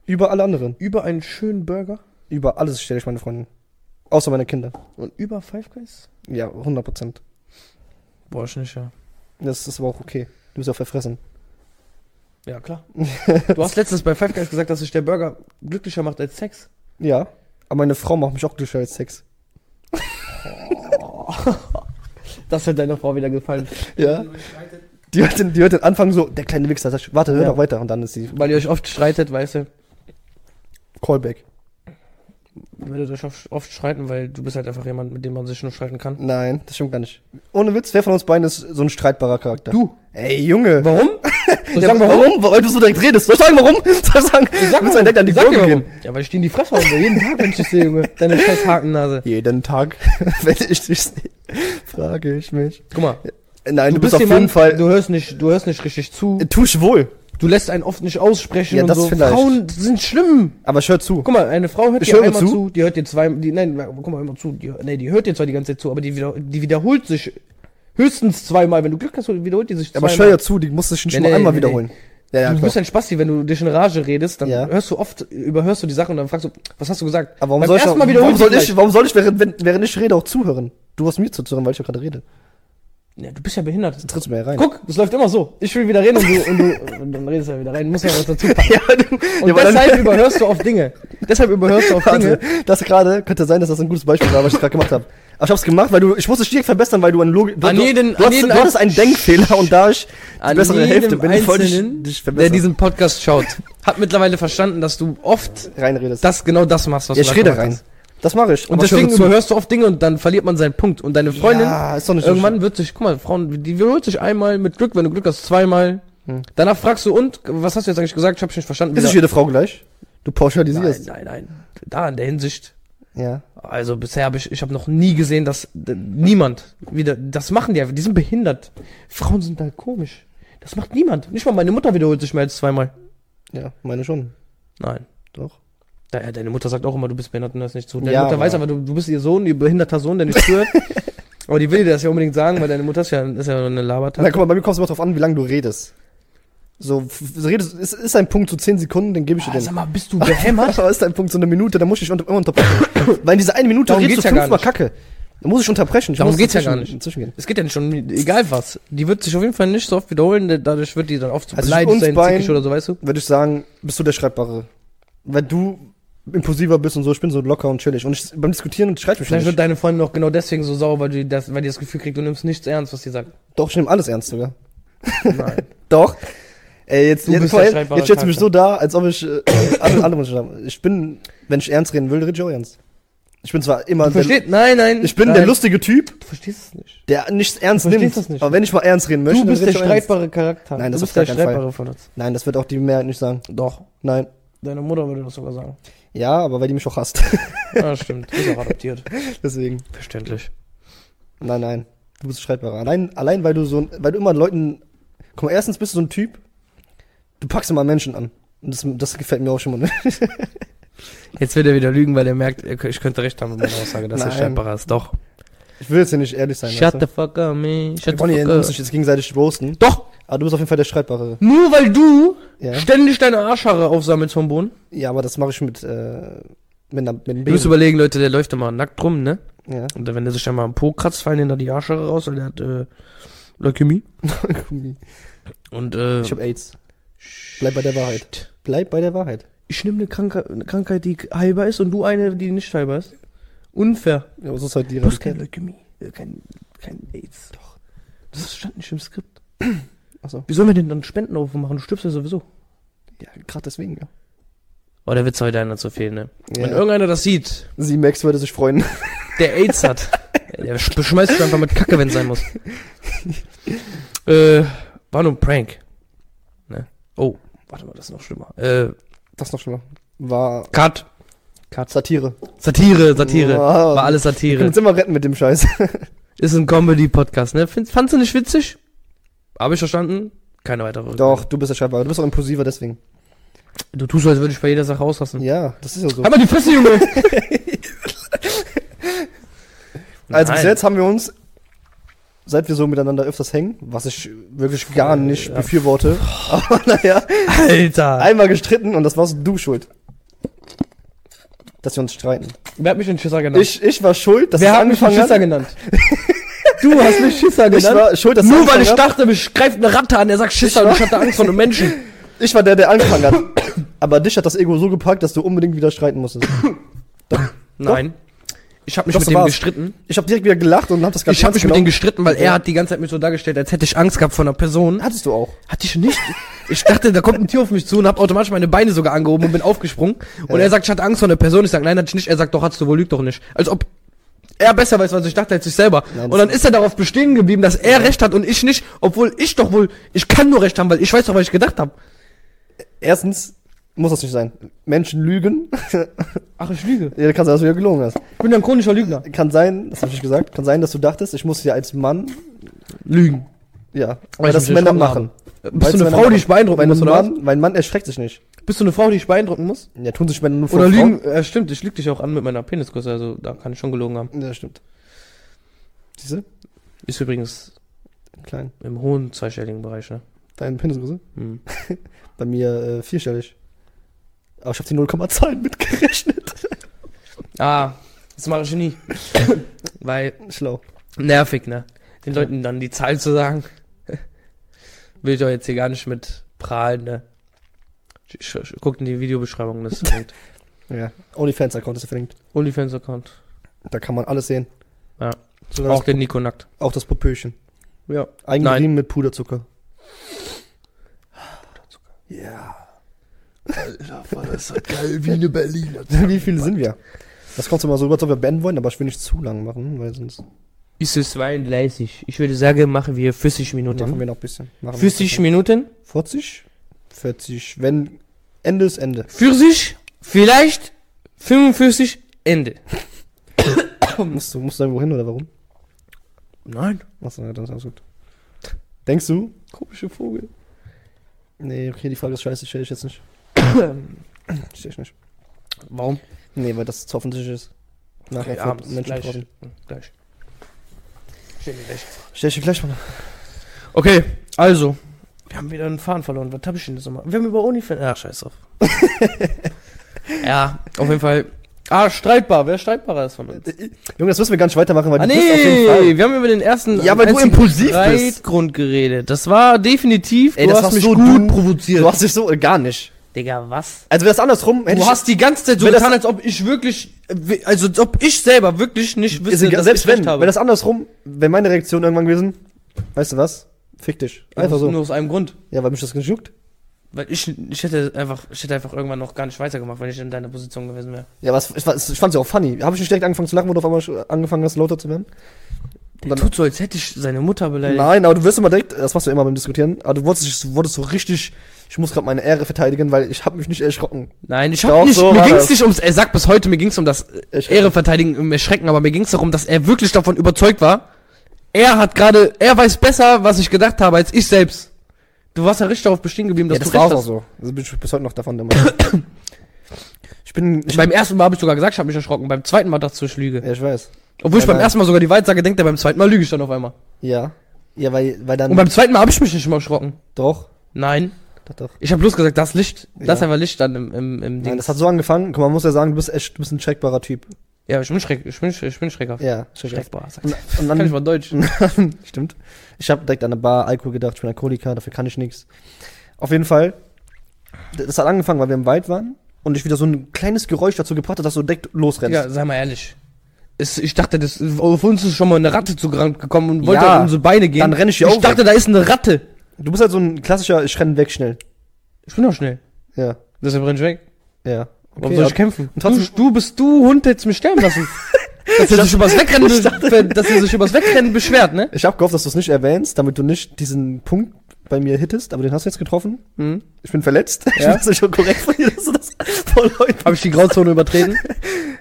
[SPEAKER 1] Über alle anderen.
[SPEAKER 3] über einen schönen Burger
[SPEAKER 1] Über alles stelle ich meine Freundin. Außer meine Kinder.
[SPEAKER 3] und über Five Guys?
[SPEAKER 1] Ja, 100 Prozent.
[SPEAKER 2] Boah, ich nicht, ja.
[SPEAKER 1] Das ist aber auch okay. Du bist ja verfressen.
[SPEAKER 3] Ja, klar.
[SPEAKER 2] Du hast letztens bei Five Guys gesagt, dass sich der Burger glücklicher macht als Sex.
[SPEAKER 1] Ja. Aber meine Frau macht mich auch glücklicher als Sex.
[SPEAKER 3] Das hat deiner Frau wieder gefallen.
[SPEAKER 1] Ja. Die hört den, die hört den Anfang so, der kleine Wichser, sag ich, warte, hör
[SPEAKER 3] Ja.
[SPEAKER 1] doch weiter. Und dann ist sie
[SPEAKER 3] Weil ihr euch oft streitet, weißt du.
[SPEAKER 1] Callback.
[SPEAKER 2] Würde dich oft, oft streiten, weil du bist halt einfach jemand, mit dem man sich nur streiten kann.
[SPEAKER 1] Nein, das stimmt gar nicht. Ohne Witz, wer von uns beiden ist so ein streitbarer Charakter?
[SPEAKER 3] Du.
[SPEAKER 1] Ey, Junge.
[SPEAKER 2] Warum? Soll ich
[SPEAKER 1] Ja,
[SPEAKER 2] sagen, warum?
[SPEAKER 1] Weil du so direkt redest. Soll ich sagen, warum? Soll ich sagen, ich
[SPEAKER 3] Sag
[SPEAKER 1] willst direkt an die
[SPEAKER 3] sag
[SPEAKER 1] Gurgel
[SPEAKER 3] mir
[SPEAKER 1] gehen?
[SPEAKER 3] warum. Ja, weil ich dir in die Fresse hauen will. Jeden Tag, wenn ich dich sehe, Junge.
[SPEAKER 2] Deine scheiß Hakennase.
[SPEAKER 1] Jeden Tag, wenn ich dich sehe, frage ich mich.
[SPEAKER 2] Guck mal,
[SPEAKER 1] Nein, du, bist, auf
[SPEAKER 2] jemand,
[SPEAKER 1] jeden Fall, äh,
[SPEAKER 2] Du hörst, nicht, du hörst nicht richtig zu.
[SPEAKER 1] tu ich wohl.
[SPEAKER 2] Du lässt einen oft nicht aussprechen.
[SPEAKER 1] Ja, das vielleicht.
[SPEAKER 2] Frauen sind schlimm.
[SPEAKER 1] Aber ich hör zu.
[SPEAKER 2] Guck mal, eine Frau hört
[SPEAKER 1] Ich
[SPEAKER 2] dir
[SPEAKER 1] höre
[SPEAKER 2] einmal
[SPEAKER 1] zu.
[SPEAKER 2] zu. die hört dir zwei, die, nein, guck mal immer zu, die, nee, die hört dir zwar die ganze Zeit zu, aber die, wieder, die wiederholt sich höchstens zweimal. Wenn du Glück hast, wiederholt die sich
[SPEAKER 1] Aber
[SPEAKER 2] zweimal.
[SPEAKER 1] ich höre ja zu, die musst du schon
[SPEAKER 2] Nee,
[SPEAKER 1] mal
[SPEAKER 2] nee,
[SPEAKER 1] einmal
[SPEAKER 2] nee,
[SPEAKER 1] wiederholen. Ja,
[SPEAKER 2] du bist ein Spasti, wenn du dich in Rage redest, dann
[SPEAKER 1] Ja.
[SPEAKER 2] hörst du oft, überhörst du die Sache und dann fragst du, was hast du gesagt?
[SPEAKER 1] Aber warum
[SPEAKER 2] Beim
[SPEAKER 1] soll, ich,
[SPEAKER 2] ersten
[SPEAKER 1] auch-
[SPEAKER 2] Mal wiederholt
[SPEAKER 1] warum soll
[SPEAKER 2] sie
[SPEAKER 1] ich, warum soll ich während, wenn- während ich rede, auch zuhören? Du hast mir zuzuhören, weil ich ja gerade rede.
[SPEAKER 2] gleich. Ja, du bist ja behindert.
[SPEAKER 1] Dann trittst du mir ja rein.
[SPEAKER 2] Guck, das läuft immer so. Ich will wieder reden und du, und du und dann redest du ja wieder rein, musst ja was dazu packen.
[SPEAKER 1] ja, du,
[SPEAKER 2] Und
[SPEAKER 1] ja, aber dann-
[SPEAKER 2] deshalb überhörst du oft Dinge. Deshalb überhörst du oft
[SPEAKER 1] Also,
[SPEAKER 2] Dinge.
[SPEAKER 1] das gerade, könnte sein, dass das ein gutes Beispiel war, was ich gerade gemacht habe. Aber ich habe es gemacht, weil du, ich musste dich direkt verbessern, weil du an Logik, du,
[SPEAKER 2] An
[SPEAKER 1] du,
[SPEAKER 2] jeden-
[SPEAKER 1] du,
[SPEAKER 2] an
[SPEAKER 1] hast,
[SPEAKER 2] jeden
[SPEAKER 1] du hattest einen Denkfehler und da ich die
[SPEAKER 2] An
[SPEAKER 1] bessere
[SPEAKER 2] jedem
[SPEAKER 1] Hälfte bin, wollte ich
[SPEAKER 2] Einzelnen,
[SPEAKER 1] dich
[SPEAKER 2] der
[SPEAKER 1] verbessern.
[SPEAKER 2] diesen Podcast schaut, hat mittlerweile verstanden, dass du oft
[SPEAKER 1] reinredest.
[SPEAKER 2] das genau das machst, was
[SPEAKER 1] ja,
[SPEAKER 2] du
[SPEAKER 1] ich
[SPEAKER 2] gerade
[SPEAKER 1] rede
[SPEAKER 2] gemacht
[SPEAKER 1] rein.
[SPEAKER 2] hast.
[SPEAKER 1] Das mache ich.
[SPEAKER 2] Und
[SPEAKER 1] aber ich höre
[SPEAKER 2] deswegen
[SPEAKER 1] zu.
[SPEAKER 2] überhörst du oft Dinge und dann verliert man seinen Punkt. Und deine Freundin
[SPEAKER 1] ja, ist doch nicht so
[SPEAKER 2] irgendwann wird sich, guck mal, Frauen, die hört sich einmal mit Glück, wenn du Glück hast, zweimal. Danach fragst du und was hast du jetzt eigentlich gesagt? Ich habe nicht verstanden.
[SPEAKER 1] schlimm. Hm. Ist nicht
[SPEAKER 2] Wieder-
[SPEAKER 1] jede Frau gleich? Du pauschalisierst.
[SPEAKER 2] nein, nein, nein. Da in der Hinsicht.
[SPEAKER 1] Ja.
[SPEAKER 2] Also bisher habe ich, ich habe noch nie gesehen, dass d- niemand wieder, das machen die einfach, die sind behindert. Frauen sind halt komisch. Das macht niemand. Nicht mal meine Mutter wiederholt sich mehr als zweimal.
[SPEAKER 1] Ja, meine schon.
[SPEAKER 2] Nein.
[SPEAKER 1] Doch.
[SPEAKER 2] Da- ja, Deine Mutter sagt auch immer, du bist behindert und das nicht zu. Deine
[SPEAKER 1] Ja,
[SPEAKER 2] Mutter
[SPEAKER 1] aber-
[SPEAKER 2] weiß aber, du, du bist ihr Sohn, ihr behinderter Sohn, der nicht zuhört. aber die will dir das ja unbedingt sagen, weil deine Mutter ist ja, ist ja eine
[SPEAKER 1] Na,
[SPEAKER 2] Labertasche.
[SPEAKER 1] guck mal, bei mir kommt es immer drauf an, wie lange du redest. So, f- f- redest, ist, ist ein Punkt zu 10 Sekunden, dann gebe ich dir
[SPEAKER 2] Ah,
[SPEAKER 1] den.
[SPEAKER 2] sag mal, bist du behämmert?
[SPEAKER 1] Da ist ein Punkt, so eine Minute, da muss ich unter, immer unterbrechen. Weil in dieser eine Minute
[SPEAKER 2] Darum
[SPEAKER 1] redest du
[SPEAKER 2] geht's ja gar
[SPEAKER 1] fünfmal Kacke. Da muss ich unterbrechen. Ich
[SPEAKER 2] Darum
[SPEAKER 1] muss
[SPEAKER 2] geht's ja
[SPEAKER 1] dazwischen-
[SPEAKER 2] gar nicht.
[SPEAKER 1] Inzwischen gehen.
[SPEAKER 2] es geht ja nicht schon, egal was. Die wird sich auf jeden Fall nicht so oft wiederholen, denn dadurch wird die dann oft so
[SPEAKER 1] Also
[SPEAKER 2] beleidigt
[SPEAKER 1] uns
[SPEAKER 2] sein,
[SPEAKER 1] beiden-
[SPEAKER 2] zickig oder so, weißt du?
[SPEAKER 1] Würde ich sagen, bist du der Schreibbare. Weil du impulsiver bist und so, ich bin so locker und chillig. Und ich, beim Diskutieren und schreibe mich
[SPEAKER 2] Vielleicht wird
[SPEAKER 1] nicht.
[SPEAKER 2] deine Freundin auch genau deswegen so sauer, weil die das, weil die das Gefühl kriegt, du nimmst nichts ernst, was sie sagt.
[SPEAKER 1] Doch, ich nehme alles ernst sogar.
[SPEAKER 2] Nein.
[SPEAKER 1] Doch. Ey, jetzt,
[SPEAKER 2] Du
[SPEAKER 1] jetzt,
[SPEAKER 2] bist
[SPEAKER 1] guck mal,
[SPEAKER 2] der
[SPEAKER 1] jetzt,
[SPEAKER 2] schreibbare
[SPEAKER 1] jetzt stellst du mich
[SPEAKER 2] Charakter.
[SPEAKER 1] so da, als ob ich äh, alle anderen schon haben. Ich bin, wenn ich ernst reden will, rede ich auch ernst. Ich bin zwar immer
[SPEAKER 2] Du
[SPEAKER 1] der,
[SPEAKER 2] verstehst? Nein, nein.
[SPEAKER 1] ich bin
[SPEAKER 2] nein.
[SPEAKER 1] der lustige Typ,
[SPEAKER 2] Du verstehst es nicht.
[SPEAKER 1] der nichts ernst
[SPEAKER 2] Du
[SPEAKER 1] nimmt.
[SPEAKER 2] verstehst das nicht.
[SPEAKER 1] Aber wenn ich mal ernst reden möchte,
[SPEAKER 2] Du bist
[SPEAKER 1] rede
[SPEAKER 2] der
[SPEAKER 1] ich auch ernst.
[SPEAKER 2] streitbare Charakter.
[SPEAKER 1] Nein, das
[SPEAKER 2] du
[SPEAKER 1] auf
[SPEAKER 2] bist der
[SPEAKER 1] gar keinen Fall.
[SPEAKER 2] streitbare von uns.
[SPEAKER 1] Nein, das wird auch die Mehrheit nicht sagen.
[SPEAKER 2] Doch.
[SPEAKER 1] Nein.
[SPEAKER 2] Deine Mutter würde das sogar sagen.
[SPEAKER 1] Ja, aber weil die mich auch hasst.
[SPEAKER 2] Ja, stimmt. Du bist auch adoptiert.
[SPEAKER 1] Deswegen.
[SPEAKER 2] Verständlich.
[SPEAKER 1] Nein, nein. Du bist streitbarer. Allein, allein weil du so ein, weil du immer Leuten. Guck mal, erstens bist du so ein Typ, du packst immer Menschen an. Und das, das gefällt mir auch schon mal. Ne?
[SPEAKER 2] Jetzt wird er wieder lügen, weil er merkt, er- ich könnte recht haben mit meiner Aussage, dass er
[SPEAKER 1] Nein.
[SPEAKER 2] streitbarer ist. Doch.
[SPEAKER 1] Ich will jetzt hier nicht ehrlich sein.
[SPEAKER 2] Shut
[SPEAKER 1] weißt
[SPEAKER 2] the fuck up, man.
[SPEAKER 1] du? Wir
[SPEAKER 2] Shut
[SPEAKER 1] wollen
[SPEAKER 2] the
[SPEAKER 1] hier
[SPEAKER 2] äh, fuck
[SPEAKER 1] uns
[SPEAKER 2] up.
[SPEAKER 1] nicht jetzt gegenseitig roasten.
[SPEAKER 2] Doch.
[SPEAKER 1] Aber du bist auf jeden Fall der Streitbare.
[SPEAKER 2] Nur weil du
[SPEAKER 1] Ja,
[SPEAKER 2] ständig deine Arschhaare aufsammelst vom Boden.
[SPEAKER 1] ja aber das mache ich mit, äh, mit, einer, mit einem
[SPEAKER 2] Du musst
[SPEAKER 1] Baby.
[SPEAKER 2] überlegen, Leute, der läuft immer nackt rum, ne?
[SPEAKER 1] Ja.
[SPEAKER 2] Und wenn der sich einmal am Po kratzt, fallen denen da die Arschhaare raus, weil der hat äh, Leukämie. Und äh,
[SPEAKER 1] Ich habe Aids. Bleib bei der Wahrheit. Bleib bei der Wahrheit.
[SPEAKER 2] ich nehme eine, Krankheit, eine ne Krankheit, die heilbar ist und du eine, die nicht heilbar ist. Unfair.
[SPEAKER 1] Ja, aber so ist halt die
[SPEAKER 2] Du hast keine
[SPEAKER 1] Realität.
[SPEAKER 2] Leukämie, äh, kein, kein AIDS. Doch. Das stand nicht im Skript.
[SPEAKER 1] Ach so.
[SPEAKER 2] Wie sollen wir denn dann Spenden aufmachen? Du stirbst ja sowieso.
[SPEAKER 1] Ja, gerade deswegen, ja.
[SPEAKER 2] Oh, der Witz heute einer zu viel, ne?
[SPEAKER 1] Ja.
[SPEAKER 2] Wenn irgendeiner das sieht,
[SPEAKER 1] Sie Max würde sich freuen.
[SPEAKER 2] der AIDS hat. Der sch- beschmeißt sich einfach mit Kacke, wenn es sein muss. Äh, war nur ein Prank. Ne? Oh, warte mal, das ist noch schlimmer. Äh,
[SPEAKER 3] Das ist noch schlimmer.
[SPEAKER 1] War
[SPEAKER 2] Cut.
[SPEAKER 1] Satire.
[SPEAKER 2] Satire, Satire.
[SPEAKER 1] Wow.
[SPEAKER 2] War alles
[SPEAKER 1] Wir können
[SPEAKER 2] Satire.
[SPEAKER 1] uns immer retten mit dem Scheiß.
[SPEAKER 2] Ist ein Comedy-Podcast, ne? Find, fandst du nicht witzig? Habe ich verstanden? Keine weitere.
[SPEAKER 1] Doch, du bist der Schreiber. Du bist auch impulsiver deswegen.
[SPEAKER 2] Du tust so, als würde ich bei jeder Sache auslassen.
[SPEAKER 1] Ja, das ist ja so.
[SPEAKER 2] Halt mal die Fresse, Junge!
[SPEAKER 1] Also bis
[SPEAKER 2] Nein.
[SPEAKER 1] jetzt haben wir uns, seit wir so miteinander öfters hängen, was ich wirklich gar nicht
[SPEAKER 2] Ja.
[SPEAKER 1] befürworte, aber naja,
[SPEAKER 2] Alter!
[SPEAKER 1] einmal gestritten und das warst du schuld. Dass wir uns streiten.
[SPEAKER 3] Wer hat mich denn Schisser genannt?
[SPEAKER 1] Ich, ich war schuld, dass
[SPEAKER 3] Wer
[SPEAKER 1] es
[SPEAKER 3] hat mich denn
[SPEAKER 1] angefangen
[SPEAKER 3] Schisser
[SPEAKER 1] hat.
[SPEAKER 3] genannt? du hast mich Schisser
[SPEAKER 1] Ich
[SPEAKER 3] genannt.
[SPEAKER 1] war schuld, dass es
[SPEAKER 2] Nur weil
[SPEAKER 1] angefangen
[SPEAKER 2] ich
[SPEAKER 1] hat.
[SPEAKER 2] dachte, mich greift eine Ratte an, er sagt Schisser und ich hatte Angst vor einem Menschen.
[SPEAKER 1] Ich war der, der angefangen hat. Aber dich hat das Ego so gepackt, dass du unbedingt wieder streiten musstest.
[SPEAKER 2] Nein. Ich habe mich
[SPEAKER 1] Doch,
[SPEAKER 2] mit
[SPEAKER 1] so
[SPEAKER 2] dem
[SPEAKER 1] war's.
[SPEAKER 2] gestritten.
[SPEAKER 1] Ich habe direkt wieder gelacht und habe das
[SPEAKER 2] Ich habe mich mit dem
[SPEAKER 1] ernst
[SPEAKER 2] gestritten, weil er hat die ganze Zeit mir so dargestellt, als hätte ich Angst gehabt vor einer Person.
[SPEAKER 1] genommen. Hattest du auch.
[SPEAKER 2] Hatte ich nicht. Ich dachte, da kommt ein Tier auf mich zu und habe automatisch meine Beine sogar angehoben und bin aufgesprungen. Und
[SPEAKER 1] Ja.
[SPEAKER 2] er sagt, ich hatte Angst vor einer Person. Ich sage, nein, hatte ich nicht. Er sagt, doch, hattest du wohl, lüg doch nicht. Als ob er besser weiß, was ich dachte, als ich selber.
[SPEAKER 1] Nein, das-
[SPEAKER 2] und dann ist er darauf bestehen geblieben, dass er recht hat und ich nicht, obwohl ich doch wohl, ich kann nur recht haben, weil ich weiß doch, was ich gedacht habe.
[SPEAKER 1] Erstens muss das nicht sein. Menschen lügen.
[SPEAKER 2] Ach, ich lüge.
[SPEAKER 1] ja, da kann sein, dass du wieder gelogen hast.
[SPEAKER 2] Ich bin ein chronischer Lügner.
[SPEAKER 1] Kann sein, das habe ich nicht gesagt, kann sein, dass du dachtest, ich muss dir als Mann,
[SPEAKER 2] Lügen.
[SPEAKER 1] ja,
[SPEAKER 2] Weil
[SPEAKER 1] weil
[SPEAKER 2] ich
[SPEAKER 1] das
[SPEAKER 2] mich
[SPEAKER 1] Männer machen.
[SPEAKER 2] erschrocken Bist Äh, du eine Frau, die ich beeindrucken
[SPEAKER 1] Mein
[SPEAKER 2] muss, oder was?
[SPEAKER 1] Mann, mein Mann erschreckt sich nicht.
[SPEAKER 2] Bist du eine Frau, die ich beeindrucken muss?
[SPEAKER 1] Ja, tun sich Männer nur vor
[SPEAKER 2] Oder
[SPEAKER 1] Frauen.
[SPEAKER 2] lügen? Äh, stimmt, ich lüge dich auch an mit meiner Penisgröße, also da kann ich schon gelogen haben.
[SPEAKER 1] Ja, stimmt. Siehste?
[SPEAKER 2] Ist übrigens
[SPEAKER 1] Klein.
[SPEAKER 2] im hohen zweistelligen Bereich, ne?
[SPEAKER 1] Deine Penisgröße?
[SPEAKER 2] Hm.
[SPEAKER 1] Bei mir äh, vierstellig. Aber ich habe die 0,2 mitgerechnet.
[SPEAKER 2] Ah, das mache ich nie. Weil
[SPEAKER 1] Schlau.
[SPEAKER 2] nervig, ne? Den Leuten dann die Zahl zu sagen. Will ich doch jetzt hier gar nicht mit prahlen, ne? Ich, ich, ich, guckt in die Videobeschreibung, das ist verlinkt.
[SPEAKER 1] Ja. OnlyFans-Account ist verlinkt.
[SPEAKER 2] OnlyFans-Account.
[SPEAKER 1] Da kann man alles sehen.
[SPEAKER 2] Ja.
[SPEAKER 1] Sogar
[SPEAKER 2] Auch
[SPEAKER 1] auch, das,
[SPEAKER 2] den Nico nackt.
[SPEAKER 1] auch das Popöchen.
[SPEAKER 2] Ja.
[SPEAKER 1] Eingerieben mit Puderzucker.
[SPEAKER 3] Das ist geil wie eine Berliner.
[SPEAKER 1] Wie viele sind wir? Das kommt immer so rüber, als ob wir beenden wollen, aber ich will nicht zu lang machen, weil sonst
[SPEAKER 3] Mhm.
[SPEAKER 2] Ist es 32. Ich würde sagen, machen wir 40
[SPEAKER 1] machen
[SPEAKER 2] Minuten.
[SPEAKER 1] wir noch ein bisschen. Machen wir noch ein
[SPEAKER 2] 40 Minuten?
[SPEAKER 1] bisschen. 40? 40. Wenn Ende ist Ende.
[SPEAKER 2] 40? Vielleicht 45? Ende.
[SPEAKER 1] Musst du, musst du irgendwo hin oder warum?
[SPEAKER 2] Nein.
[SPEAKER 1] Achso, ja, dann ist alles gut. Denkst du?
[SPEAKER 2] Komische Vogel.
[SPEAKER 1] Nee, okay, die Frage ist scheiße, stelle ich jetzt nicht. Stell ich nicht.
[SPEAKER 2] Warum?
[SPEAKER 1] Nee, weil das zu offensichtlich ist. Nachher für Menschen
[SPEAKER 2] gleich. Hm,
[SPEAKER 1] brauchen.
[SPEAKER 2] Gleich.
[SPEAKER 1] Stell ich dir gleich mal.
[SPEAKER 2] Okay, also. Wir haben wieder einen Faden verloren. Was hab ich denn das nochmal? Wir haben über OnlyFans. Ah, scheiß drauf. ja, auf jeden Fall. Ah, streitbar. Wer streitbarer ist von uns?
[SPEAKER 1] Junge, das müssen wir gar nicht weitermachen, weil
[SPEAKER 2] Ah,
[SPEAKER 1] du bist auf jeden Fall.
[SPEAKER 2] nee, wir haben über den ersten
[SPEAKER 1] Ja, weil du
[SPEAKER 2] einzigen
[SPEAKER 1] impulsiv bist.
[SPEAKER 2] Streitgrund geredet. Das war definitiv,
[SPEAKER 1] Ey,
[SPEAKER 2] du
[SPEAKER 1] das
[SPEAKER 2] hast
[SPEAKER 1] warst
[SPEAKER 2] mich
[SPEAKER 1] so
[SPEAKER 2] gut
[SPEAKER 1] du.
[SPEAKER 2] provoziert.
[SPEAKER 1] Du hast dich so, äh, gar nicht.
[SPEAKER 2] Digga, was?
[SPEAKER 1] Also wäre es andersrum,
[SPEAKER 2] Du
[SPEAKER 1] ich-
[SPEAKER 2] hast die ganze Zeit so
[SPEAKER 1] Wenn das-
[SPEAKER 2] getan, als ob ich wirklich, äh, we- also als ob ich selber wirklich nicht
[SPEAKER 1] Ist
[SPEAKER 2] wüsste,
[SPEAKER 1] egal,
[SPEAKER 2] dass
[SPEAKER 1] selbst
[SPEAKER 2] ich recht
[SPEAKER 1] wenn,
[SPEAKER 2] habe.
[SPEAKER 1] wenn das andersrum, wenn meine Reaktion irgendwann gewesen, weißt du was? Fick dich. Einfach so.
[SPEAKER 2] Nur aus einem Grund.
[SPEAKER 1] Ja, weil mich das gejuckt.
[SPEAKER 2] Weil ich, ich hätte einfach, ich hätte einfach irgendwann noch gar nicht weitergemacht, wenn ich in deiner Position gewesen wäre.
[SPEAKER 1] Ja, aber es, ich, war- ich fand's ja auch funny. Habe ich nicht direkt angefangen zu lachen, wo du auf einmal sch- angefangen hast, lauter zu werden? Und
[SPEAKER 2] Der
[SPEAKER 1] dann-
[SPEAKER 2] tut so, als hätte ich seine Mutter beleidigt.
[SPEAKER 1] Nein, aber du wirst immer direkt, das machst du immer beim Diskutieren, aber du wurdest, du wurdest so richtig, ich muss gerade meine Ehre verteidigen, weil ich habe mich nicht erschrocken.
[SPEAKER 2] Nein, ich
[SPEAKER 1] Doch,
[SPEAKER 2] hab nicht,
[SPEAKER 1] so
[SPEAKER 2] mir
[SPEAKER 1] war
[SPEAKER 2] ging's
[SPEAKER 1] das.
[SPEAKER 2] nicht ums, er sagt bis heute, mir ging's um das äh,
[SPEAKER 1] Erschrecken.
[SPEAKER 2] Ehre verteidigen, um Erschrecken, aber mir ging's darum, dass er wirklich davon überzeugt war. Er hat gerade, er weiß besser, was ich gedacht habe, als ich selbst. Du warst ja richtig darauf bestehen geblieben, dass du recht hast.
[SPEAKER 1] so. Also bin ich bis heute noch davon immer. ich bin, ich,
[SPEAKER 2] Beim ersten Mal habe ich sogar gesagt, ich habe mich erschrocken. Beim zweiten Mal dachte ich, ich lüge.
[SPEAKER 1] ja, ich weiß.
[SPEAKER 2] Obwohl ich
[SPEAKER 1] Ja,
[SPEAKER 2] beim
[SPEAKER 1] nein.
[SPEAKER 2] ersten Mal sogar die Wahrheit sage, denkt er beim zweiten Mal lüge ich dann auf einmal.
[SPEAKER 1] Ja. Ja, weil, weil dann,
[SPEAKER 2] Und beim zweiten Mal habe ich mich nicht mal erschrocken.
[SPEAKER 1] doch,
[SPEAKER 2] Nein.
[SPEAKER 1] doch, doch.
[SPEAKER 2] Ich habe bloß gesagt, das Licht, das
[SPEAKER 1] Ja.
[SPEAKER 2] einfach Licht dann im, im, im
[SPEAKER 1] Nein,
[SPEAKER 2] Ding.
[SPEAKER 1] das hat so angefangen, guck mal, man muss ja sagen, du bist echt, du bist ein checkbarer Typ.
[SPEAKER 2] Ja, ich bin schreck, ich bin, ich bin schreckhaft.
[SPEAKER 1] Ja, checkbar.
[SPEAKER 2] Schreckbar, sagt
[SPEAKER 1] Und,
[SPEAKER 2] er.
[SPEAKER 1] und
[SPEAKER 2] Kann ich
[SPEAKER 1] dann,
[SPEAKER 2] mal Deutsch.
[SPEAKER 1] stimmt. Ich habe direkt an der Bar Alkohol gedacht, ich bin Alkoholiker, dafür kann ich nichts. Auf jeden Fall, d- das hat angefangen, weil wir im Wald waren und ich wieder so ein kleines Geräusch dazu gebracht habe, dass du direkt losrennst.
[SPEAKER 2] Ja, sei mal ehrlich. Es, ich dachte, das, auf uns ist schon mal eine Ratte zugerannt gekommen und wollte
[SPEAKER 1] Ja,
[SPEAKER 2] an unsere Beine gehen.
[SPEAKER 1] dann renn ich hier
[SPEAKER 2] Ich
[SPEAKER 1] auch
[SPEAKER 2] dachte, da ist eine Ratte.
[SPEAKER 1] Du bist halt so ein klassischer, ich renne weg schnell.
[SPEAKER 2] Ich bin doch schnell.
[SPEAKER 1] Ja,
[SPEAKER 2] Deshalb renn ich weg.
[SPEAKER 1] ja.
[SPEAKER 2] Warum soll ich
[SPEAKER 1] aber-
[SPEAKER 2] kämpfen?
[SPEAKER 1] Und trotzdem-
[SPEAKER 2] du, du bist du, Hund, hättest mich sterben lassen. Dass er sich übers Wegrennen, be- dass er sich übers Wegrennen beschwert, ne?
[SPEAKER 1] Ich habe gehofft, dass du es nicht erwähnst, damit du nicht diesen Punkt bei mir hittest, aber den hast du jetzt getroffen.
[SPEAKER 2] Mhm.
[SPEAKER 1] Ich bin verletzt.
[SPEAKER 2] Ja.
[SPEAKER 1] Ich weiß nicht, schon korrekt von dir, dass du das vor Leuten.
[SPEAKER 2] Habe ich die Grauzone übertreten?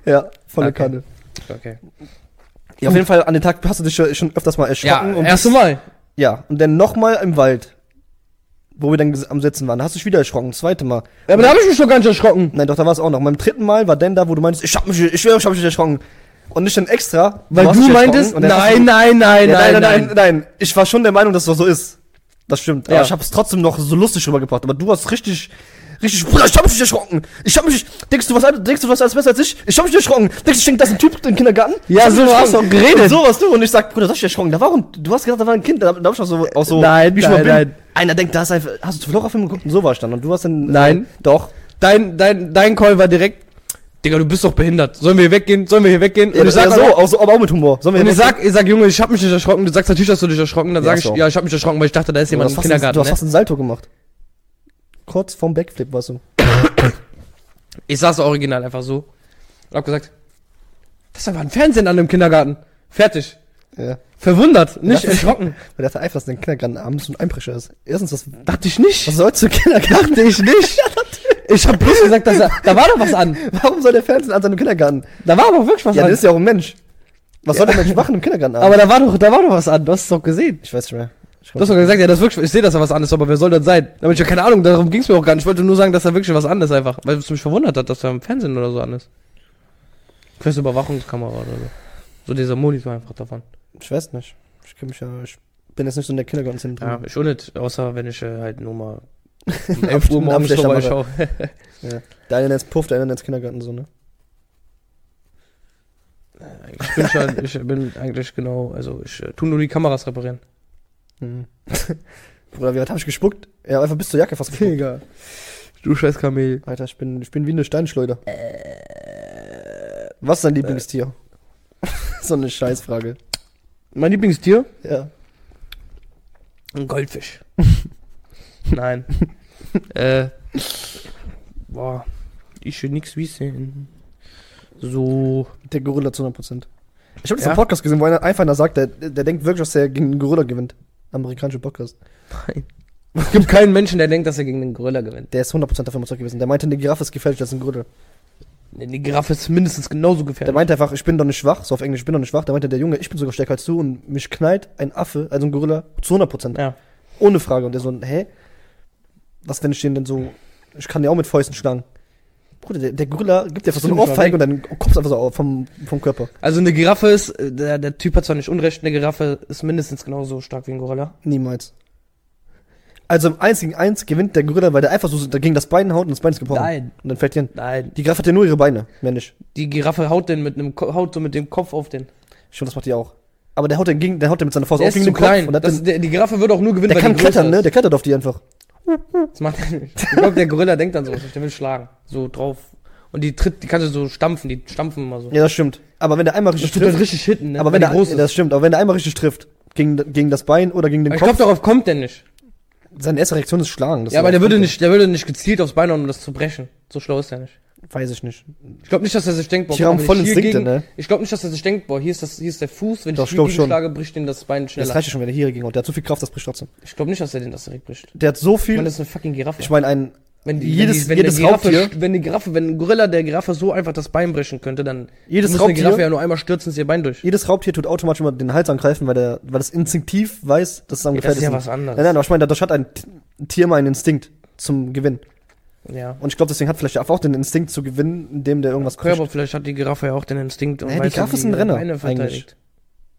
[SPEAKER 1] Ja, volle
[SPEAKER 2] Okay.
[SPEAKER 1] Kanne.
[SPEAKER 2] Okay.
[SPEAKER 1] Ja, auf jeden Fall, an den Tag hast du dich schon- schon öfters mal erschrocken.
[SPEAKER 2] Ja,
[SPEAKER 1] und
[SPEAKER 2] erste Mal.
[SPEAKER 1] ja, und dann nochmal im Wald, wo wir dann ges- am Sitzen waren. Da hast du dich wieder erschrocken, das zweite Mal.
[SPEAKER 2] Ja, aber da habe ich mich doch gar nicht erschrocken.
[SPEAKER 1] Nein, doch, da war es auch noch. Beim dritten Mal war denn da, wo du meintest, ich hab mich, ich schwöre, ich hab mich erschrocken. Und nicht dann extra.
[SPEAKER 2] Weil
[SPEAKER 1] hast
[SPEAKER 2] du
[SPEAKER 1] dich erschrocken
[SPEAKER 2] meintest,
[SPEAKER 1] und dann hast du-
[SPEAKER 2] nein, nein, nein,
[SPEAKER 1] Ja,
[SPEAKER 2] nein, nein,
[SPEAKER 1] nein, nein, nein. Ich war schon der Meinung, dass das so ist. Das stimmt.
[SPEAKER 2] Ja.
[SPEAKER 1] Aber ich habe es trotzdem noch so lustig rübergebracht. Aber du hast richtig, richtig, Bruder, ich hab mich erschrocken. Ich hab mich, denkst du, was, denkst du, was alles besser als ich? Ich hab mich erschrocken. Denkst du, ich denk, das ist ein Typ im Kindergarten?
[SPEAKER 2] Ja,
[SPEAKER 1] Ich hab
[SPEAKER 2] so
[SPEAKER 1] mich
[SPEAKER 2] hast du auch
[SPEAKER 1] erschrocken.
[SPEAKER 2] geredet.
[SPEAKER 1] Und so warst du. Und ich sag, Bruder, das ist erschrocken. Da warum? Du hast gedacht, da war ein Kind. Da, da hab ich auch so, auch so,
[SPEAKER 2] Nein,
[SPEAKER 1] wie ich
[SPEAKER 2] nein,
[SPEAKER 1] mal bin.
[SPEAKER 2] nein.
[SPEAKER 1] Einer denkt, da ist einfach, hast du zu Flora-Film geguckt? Und so war ich dann. Und du hast dann,
[SPEAKER 2] Nein.
[SPEAKER 1] doch.
[SPEAKER 2] Dein, dein, dein Call war direkt, Digga, du bist doch behindert. Sollen wir hier weggehen? Sollen wir hier weggehen?
[SPEAKER 1] Ja,
[SPEAKER 2] und ich sag
[SPEAKER 1] so,
[SPEAKER 2] so.
[SPEAKER 1] auch so, aber auch mit Humor. Sollen
[SPEAKER 2] Und ich sag, ich sag, Junge, ich hab mich nicht erschrocken. Du sagst natürlich, dass du dich erschrocken. Dann
[SPEAKER 1] Ja,
[SPEAKER 2] sag ich,
[SPEAKER 1] so.
[SPEAKER 2] ja, ich hab mich erschrocken, weil ich dachte, da
[SPEAKER 1] du
[SPEAKER 2] ist jemand
[SPEAKER 1] hast
[SPEAKER 2] im
[SPEAKER 1] fast, einen,
[SPEAKER 2] Kindergarten.
[SPEAKER 1] du hast
[SPEAKER 2] Ne?
[SPEAKER 1] fast einen Salto gemacht. Kurz vorm Backflip warst du.
[SPEAKER 2] Ich saß original einfach so und hab gesagt, das ist einfach ein Fernsehen an dem Kindergarten. Fertig.
[SPEAKER 1] Ja.
[SPEAKER 2] Verwundert, nicht
[SPEAKER 1] Ja.
[SPEAKER 2] erschrocken.
[SPEAKER 1] Weil dachte einfach, dass dein Kindergarten abends ein Einbrecher ist. Erstens, was,
[SPEAKER 2] Dachte ich nicht.
[SPEAKER 1] was sollst du Kindergarten?
[SPEAKER 2] Dachte ich nicht. Ich hab bloß gesagt, dass er, da war doch was an.
[SPEAKER 1] Warum soll der Fernsehen an seinem Kindergarten?
[SPEAKER 2] Da war aber wirklich was
[SPEAKER 1] Ja,
[SPEAKER 2] an.
[SPEAKER 1] das ist ja auch ein Mensch. Was soll der Mensch machen im Kindergarten?
[SPEAKER 2] aber da war doch, da war doch was an. Du hast es doch gesehen.
[SPEAKER 1] ich weiß nicht mehr. Ich
[SPEAKER 2] Du hast doch gesagt, ja, das ist wirklich, ich sehe, dass da was an ist, aber wer soll das sein? Da hab ich ja keine Ahnung, darum ging's mir auch gar nicht. Ich wollte nur sagen, dass da wirklich was an ist einfach. Weil es mich verwundert hat, dass da im Fernsehen oder so an ist. Quest Überwachungskamera oder so. So dieser Monitor einfach davon.
[SPEAKER 1] ich weiß nicht. Ich kenn mich ja, ich bin jetzt nicht so in der Kindergartenszene
[SPEAKER 2] Ja,
[SPEAKER 1] drin.
[SPEAKER 2] ich auch nicht, außer wenn ich äh, halt nur mal um
[SPEAKER 1] Abst-
[SPEAKER 2] 11 Uhr morgens
[SPEAKER 1] Abstecher mache.
[SPEAKER 2] vorbeischaue.
[SPEAKER 1] Der eine nennt's Puff, der andere nennt's Kindergarten so, ne?
[SPEAKER 2] Ich bin, schon, ich bin eigentlich genau, also ich äh, tu nur die Kameras reparieren. Mhm.
[SPEAKER 1] Hm. Bruder, wie weit hab ich gespuckt? Ja, einfach bis zur Jacke fast gespuckt.
[SPEAKER 2] Digga. Du scheiß Kamel.
[SPEAKER 1] Alter, ich bin, ich bin wie eine Steinschleuder. Was
[SPEAKER 2] Äh.
[SPEAKER 1] ist dein Lieblingstier? so eine Scheißfrage.
[SPEAKER 2] Mein Lieblingstier?
[SPEAKER 1] Ja.
[SPEAKER 2] Ein Goldfisch. Nein. äh, boah, ich will nix wissen. So,
[SPEAKER 1] Der Gorilla zu 100%. Ich habe das
[SPEAKER 2] Ja?
[SPEAKER 1] im Podcast gesehen, wo einer einfach einer sagt, der, der denkt wirklich, dass er gegen einen Gorilla gewinnt. Amerikanische Podcast.
[SPEAKER 2] es gibt keinen Menschen, der denkt, dass er gegen einen Gorilla gewinnt.
[SPEAKER 1] Der ist 100% davon überzeugt gewesen. Der meinte, eine Giraffe ist gefährlicher als ein Gorilla.
[SPEAKER 2] Eine Giraffe ist mindestens genauso
[SPEAKER 1] Der
[SPEAKER 2] gefährlich.
[SPEAKER 1] meinte einfach, ich bin doch nicht schwach. So auf Englisch, ich bin doch nicht schwach. Der meinte, der Junge, ich bin sogar stärker als du. Und mich knallt ein Affe, also ein Gorilla, zu 100%.
[SPEAKER 2] Ja.
[SPEAKER 1] Ohne Frage. Und der so, hä? Was, wenn ich den denn so... Ich kann ja auch mit Fäusten schlagen. Bruder, der, der Gorilla gibt dir einfach so eine
[SPEAKER 2] Stimmt,
[SPEAKER 1] Ohrfeige und dann kommst du einfach so auf- vom, vom Körper.
[SPEAKER 2] Also eine Giraffe ist, äh, der, der Typ hat zwar nicht Unrecht, eine Giraffe ist mindestens genauso stark wie ein Gorilla.
[SPEAKER 1] Niemals. Also im einzigen Eins gewinnt der Gorilla, weil der einfach so gegen das Bein haut und das Bein ist gebrochen.
[SPEAKER 2] Nein.
[SPEAKER 1] Und dann fällt die hin.
[SPEAKER 2] Nein.
[SPEAKER 1] Die Giraffe hat ja nur ihre Beine, mehr nicht.
[SPEAKER 2] Die Giraffe haut den mit einem Ko haut so mit dem Kopf auf den.
[SPEAKER 1] Schon, das macht die auch. Aber der haut den gegen, der haut den mit seiner Faust
[SPEAKER 2] Der
[SPEAKER 1] auch
[SPEAKER 2] ist
[SPEAKER 1] gegen
[SPEAKER 2] zu
[SPEAKER 1] den
[SPEAKER 2] klein.
[SPEAKER 1] Kopf. Und hat
[SPEAKER 2] Das,
[SPEAKER 1] den,
[SPEAKER 2] der, die Giraffe wird auch nur gewinnen,
[SPEAKER 1] der kann
[SPEAKER 2] die größer
[SPEAKER 1] klettern, ne?
[SPEAKER 2] ist.
[SPEAKER 1] Der klettert auf die einfach.
[SPEAKER 2] Das macht er nicht. Ich glaube, der Gorilla denkt dann so, der will schlagen. So drauf. Und die tritt, die kann so stampfen, die stampfen immer so.
[SPEAKER 1] Ja, das stimmt. Aber wenn der einmal richtig
[SPEAKER 2] Das tut dann
[SPEAKER 1] trifft,
[SPEAKER 2] richtig hitten, ne?
[SPEAKER 1] aber wenn
[SPEAKER 2] die
[SPEAKER 1] der,
[SPEAKER 2] groß ist.
[SPEAKER 1] das stimmt, aber wenn der einmal richtig trifft, gegen, gegen das Bein oder gegen den
[SPEAKER 2] aber ich
[SPEAKER 1] Kopf,
[SPEAKER 2] glaube, darauf kommt der nicht.
[SPEAKER 1] seine erste Reaktion ist schlagen. das
[SPEAKER 2] Ja,
[SPEAKER 1] ist
[SPEAKER 2] aber der würde
[SPEAKER 1] Punkte.
[SPEAKER 2] nicht, der würde nicht gezielt aufs Bein hauen, um das zu brechen. So schlau ist er nicht.
[SPEAKER 1] Weiß ich nicht.
[SPEAKER 2] Ich glaube nicht, dass er sich denkt, boah,
[SPEAKER 1] Tiere haben
[SPEAKER 2] wenn
[SPEAKER 1] voll
[SPEAKER 2] ich hier
[SPEAKER 1] Instinkte,
[SPEAKER 2] gegen,
[SPEAKER 1] ne?
[SPEAKER 2] Ich glaube nicht, dass er sich denkt, boah, hier ist das, hier ist der Fuß, wenn
[SPEAKER 1] Doch, ich
[SPEAKER 2] ich hier
[SPEAKER 1] glaub
[SPEAKER 2] gegen
[SPEAKER 1] schon.
[SPEAKER 2] schlage, bricht ihm das Bein schneller.
[SPEAKER 1] Das reicht ja schon, wenn der hier gegen haut. Der hat so viel Kraft, das bricht trotzdem.
[SPEAKER 2] ich glaube nicht, dass er den das direkt bricht.
[SPEAKER 1] Der hat so
[SPEAKER 2] Ich
[SPEAKER 1] viel.
[SPEAKER 2] meine, das ist eine fucking Giraffe.
[SPEAKER 1] Ich meine, ein.
[SPEAKER 2] Wenn die,
[SPEAKER 1] Jedes-
[SPEAKER 2] wenn die, wenn
[SPEAKER 1] jedes
[SPEAKER 2] eine Giraffe,
[SPEAKER 1] Raubtier-
[SPEAKER 2] wenn die Giraffe, wenn ein Gorilla der Giraffe so einfach das Bein brechen könnte, dann
[SPEAKER 1] Jedes
[SPEAKER 2] muss eine
[SPEAKER 1] Raubtier-
[SPEAKER 2] Giraffe ja nur einmal stürzen ist ihr Bein durch.
[SPEAKER 1] Jedes Raubtier tut automatisch immer den Hals angreifen, weil, der, weil das instinktiv weiß, dass es am
[SPEAKER 2] Ja, das ist
[SPEAKER 1] gefährlichsten
[SPEAKER 2] ja was anderes.
[SPEAKER 1] Nein, nein, aber ich meine, dadurch hat ein T- ein Tier immer einen Instinkt zum Gewinnen.
[SPEAKER 2] Ja.
[SPEAKER 1] Und ich glaube, deswegen hat vielleicht der Affe auch den Instinkt zu gewinnen, indem der irgendwas
[SPEAKER 2] Okay,
[SPEAKER 1] kriegt.
[SPEAKER 2] aber vielleicht hat die Giraffe ja auch den Instinkt und
[SPEAKER 1] Nee, die
[SPEAKER 2] weiß,
[SPEAKER 1] Giraffe
[SPEAKER 2] wie
[SPEAKER 1] ist ein
[SPEAKER 2] ihre
[SPEAKER 1] Renner,
[SPEAKER 2] Beine verteidigt.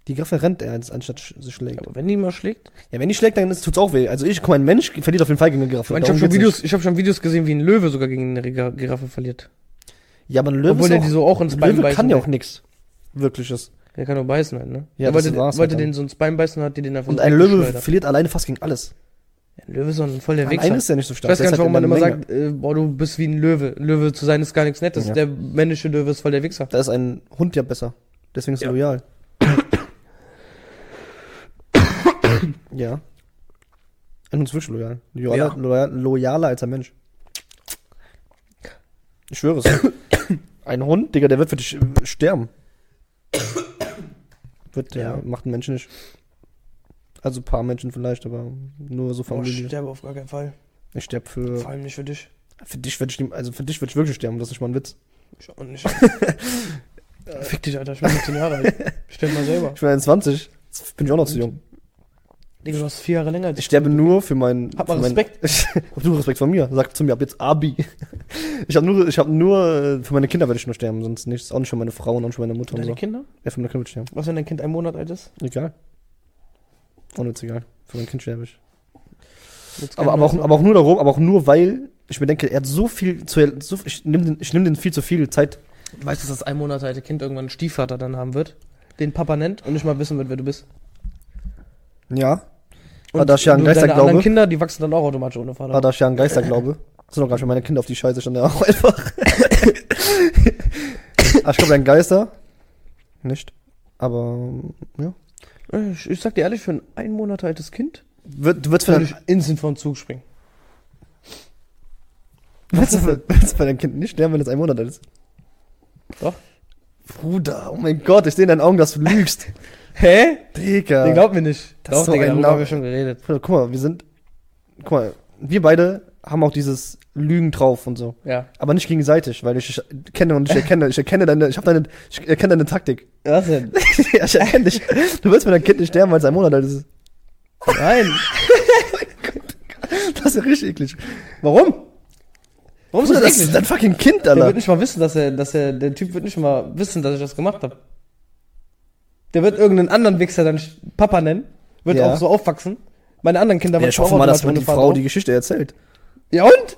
[SPEAKER 1] Die Griffe rennt er, als- anstatt sch- sie schlägt.
[SPEAKER 2] Aber wenn die mal schlägt.
[SPEAKER 1] Ja, wenn die schlägt, dann ist- tut's auch weh. Also ich, guck mal, ein Mensch verliert auf jeden Fall gegen eine
[SPEAKER 2] Ich,
[SPEAKER 1] Giraffe.
[SPEAKER 2] meine, ich
[SPEAKER 1] Darum
[SPEAKER 2] habe schon,
[SPEAKER 1] geht's
[SPEAKER 2] Videos- ich hab schon Videos gesehen, wie ein Löwe sogar gegen eine Gira- Giraffe verliert.
[SPEAKER 1] nicht. Ja, aber ein Löwe,
[SPEAKER 2] Obwohl
[SPEAKER 1] ist
[SPEAKER 2] der
[SPEAKER 1] auch,
[SPEAKER 2] die so auch ins
[SPEAKER 1] ein
[SPEAKER 2] Bein
[SPEAKER 1] Löwe
[SPEAKER 2] beißen
[SPEAKER 1] kann ja auch
[SPEAKER 2] will.
[SPEAKER 1] nix Wirkliches.
[SPEAKER 2] Der kann nur beißen halt, ne?
[SPEAKER 1] Ja,
[SPEAKER 2] Der
[SPEAKER 1] das
[SPEAKER 2] wollte,
[SPEAKER 1] war's
[SPEAKER 2] wollte
[SPEAKER 1] halt
[SPEAKER 2] den so ins Bein beißen und hat die den einfach
[SPEAKER 1] Und
[SPEAKER 2] so
[SPEAKER 1] ein Löwe
[SPEAKER 2] weggeschleudert.
[SPEAKER 1] verliert alleine fast gegen alles.
[SPEAKER 2] Ein Löwe ist so ein voll der
[SPEAKER 1] Alleine
[SPEAKER 2] Wichser.
[SPEAKER 1] ist er nicht so stark.
[SPEAKER 2] Ich weiß
[SPEAKER 1] Der
[SPEAKER 2] gar
[SPEAKER 1] ist
[SPEAKER 2] nicht,
[SPEAKER 1] halt
[SPEAKER 2] warum
[SPEAKER 1] in
[SPEAKER 2] man immer
[SPEAKER 1] der Menge.
[SPEAKER 2] sagt, äh, boah, du bist wie ein Löwe. Löwe zu sein ist gar nichts Nettes.
[SPEAKER 1] Ja.
[SPEAKER 2] Der männliche Löwe ist voll der Wichser.
[SPEAKER 1] Da ist ein Hund ja besser. Deswegen ist er
[SPEAKER 2] Ja.
[SPEAKER 1] loyal. ja. Ein Hund ist wirklich loyal. Loyaler,
[SPEAKER 2] Ja.
[SPEAKER 1] loyal, loyaler als ein Mensch. Ich schwöre es. ein Hund, Digga, der wird für dich äh, sterben. Wird,
[SPEAKER 3] Ja.
[SPEAKER 1] ja. macht ein Mensch nicht. Also ein paar Menschen vielleicht, aber nur
[SPEAKER 2] Oh,
[SPEAKER 1] so
[SPEAKER 3] Boah, ich
[SPEAKER 1] Familie.
[SPEAKER 3] sterbe auf gar keinen Fall.
[SPEAKER 1] ich sterbe für.
[SPEAKER 3] Vor allem nicht für dich.
[SPEAKER 1] Für dich würde ich, nie- also für dich würde ich wirklich sterben, das ist nicht mal ein Witz.
[SPEAKER 3] Ich auch nicht. Fick dich, Alter, ich bin 15 Jahre alt. Stell mal selber.
[SPEAKER 1] Ich bin 21, jetzt bin ich auch noch zu jung.
[SPEAKER 3] Digga, du hast vier Jahre länger als
[SPEAKER 1] Ich sterbe nur für meinen.
[SPEAKER 3] Hab mal
[SPEAKER 1] für meinen-
[SPEAKER 3] Respekt.
[SPEAKER 1] Ich hab nur Respekt von mir. Sag zu mir, ab jetzt Abi. Ich hab nur, ich hab nur, äh, für meine Kinder werde ich nur sterben, sonst nichts. Auch nicht für meine Frau und auch nicht für meine Mutter und
[SPEAKER 3] Deine
[SPEAKER 1] so.
[SPEAKER 3] Kinder?
[SPEAKER 1] Ja, für meine Kinder würde ich sterben.
[SPEAKER 3] Was, wenn dein Kind ein Monat alt ist?
[SPEAKER 1] Egal. Ohne jetzt egal. Für mein Kind sterbe ich.
[SPEAKER 3] Jetzt
[SPEAKER 1] Aber, aber, auch, aber auch nur darum, aber auch nur, weil ich mir denke, er hat so viel zu. So, ich nehme den, ich nehm den viel zu viel Zeit.
[SPEAKER 2] Weißt du, dass das ein Monat alte Kind irgendwann einen Stiefvater dann haben wird? Den Papa nennt und nicht mal wissen wird, wer du bist.
[SPEAKER 1] Ja. Ah, da ist ja ein
[SPEAKER 2] du- deine
[SPEAKER 1] Geisterglaube.
[SPEAKER 2] anderen Kinder, die wachsen dann auch automatisch ohne Vater.
[SPEAKER 1] War da ist ja ein Geisterglaube. Das sind doch gar nicht meine Kinder auf die Scheiße stand ja auch einfach. ah, ich glaube, ein Geister. Nicht. Aber, ja.
[SPEAKER 2] Äh,
[SPEAKER 3] Ich, ich sag dir ehrlich, für ein ein Monat altes Kind
[SPEAKER 1] Wird, du würdest für
[SPEAKER 3] würde
[SPEAKER 1] dein,
[SPEAKER 3] ich instant von Zug springen.
[SPEAKER 1] Willst du, willst du bei deinem Kind nicht sterben, wenn es ein Monat alt ist?
[SPEAKER 3] Doch.
[SPEAKER 1] Bruder, oh mein Gott, ich sehe in deinen Augen, dass du lügst.
[SPEAKER 3] Hä?
[SPEAKER 1] Digga.
[SPEAKER 3] Den glaubt mir nicht.
[SPEAKER 1] Das ist so ein
[SPEAKER 2] darüber
[SPEAKER 1] Lau-
[SPEAKER 2] haben wir schon geredet.
[SPEAKER 1] Bruder, guck mal, wir sind. Guck mal, wir beide haben auch dieses Lügen drauf und so.
[SPEAKER 2] Ja.
[SPEAKER 1] Aber nicht gegenseitig, weil ich, ich kenne und ich erkenne. Ich erkenne deine. Ich, hab deine, ich erkenne deine Taktik.
[SPEAKER 2] Was denn?
[SPEAKER 1] ja, ich erkenne dich. Du willst mit deinem Kind nicht sterben, weil es ein Monat alt ist.
[SPEAKER 2] Nein.
[SPEAKER 1] Das ist ja richtig eklig. Warum?
[SPEAKER 2] Warum
[SPEAKER 1] Bruder, das ist dein fucking Kind,
[SPEAKER 2] Der
[SPEAKER 1] Alter.
[SPEAKER 2] wird nicht mal wissen, dass er, dass er, der Typ wird nicht mal wissen, dass ich das gemacht habe. Der wird irgendeinen anderen Wichser dann Sch- Papa nennen, wird
[SPEAKER 1] Ja.
[SPEAKER 2] auch so aufwachsen. Meine anderen Kinder
[SPEAKER 1] Ja, ich hoffe mal, dass die
[SPEAKER 2] automatisch ohne
[SPEAKER 1] Frau
[SPEAKER 2] Vater
[SPEAKER 1] die Geschichte erzählt.
[SPEAKER 2] auf. Ja und?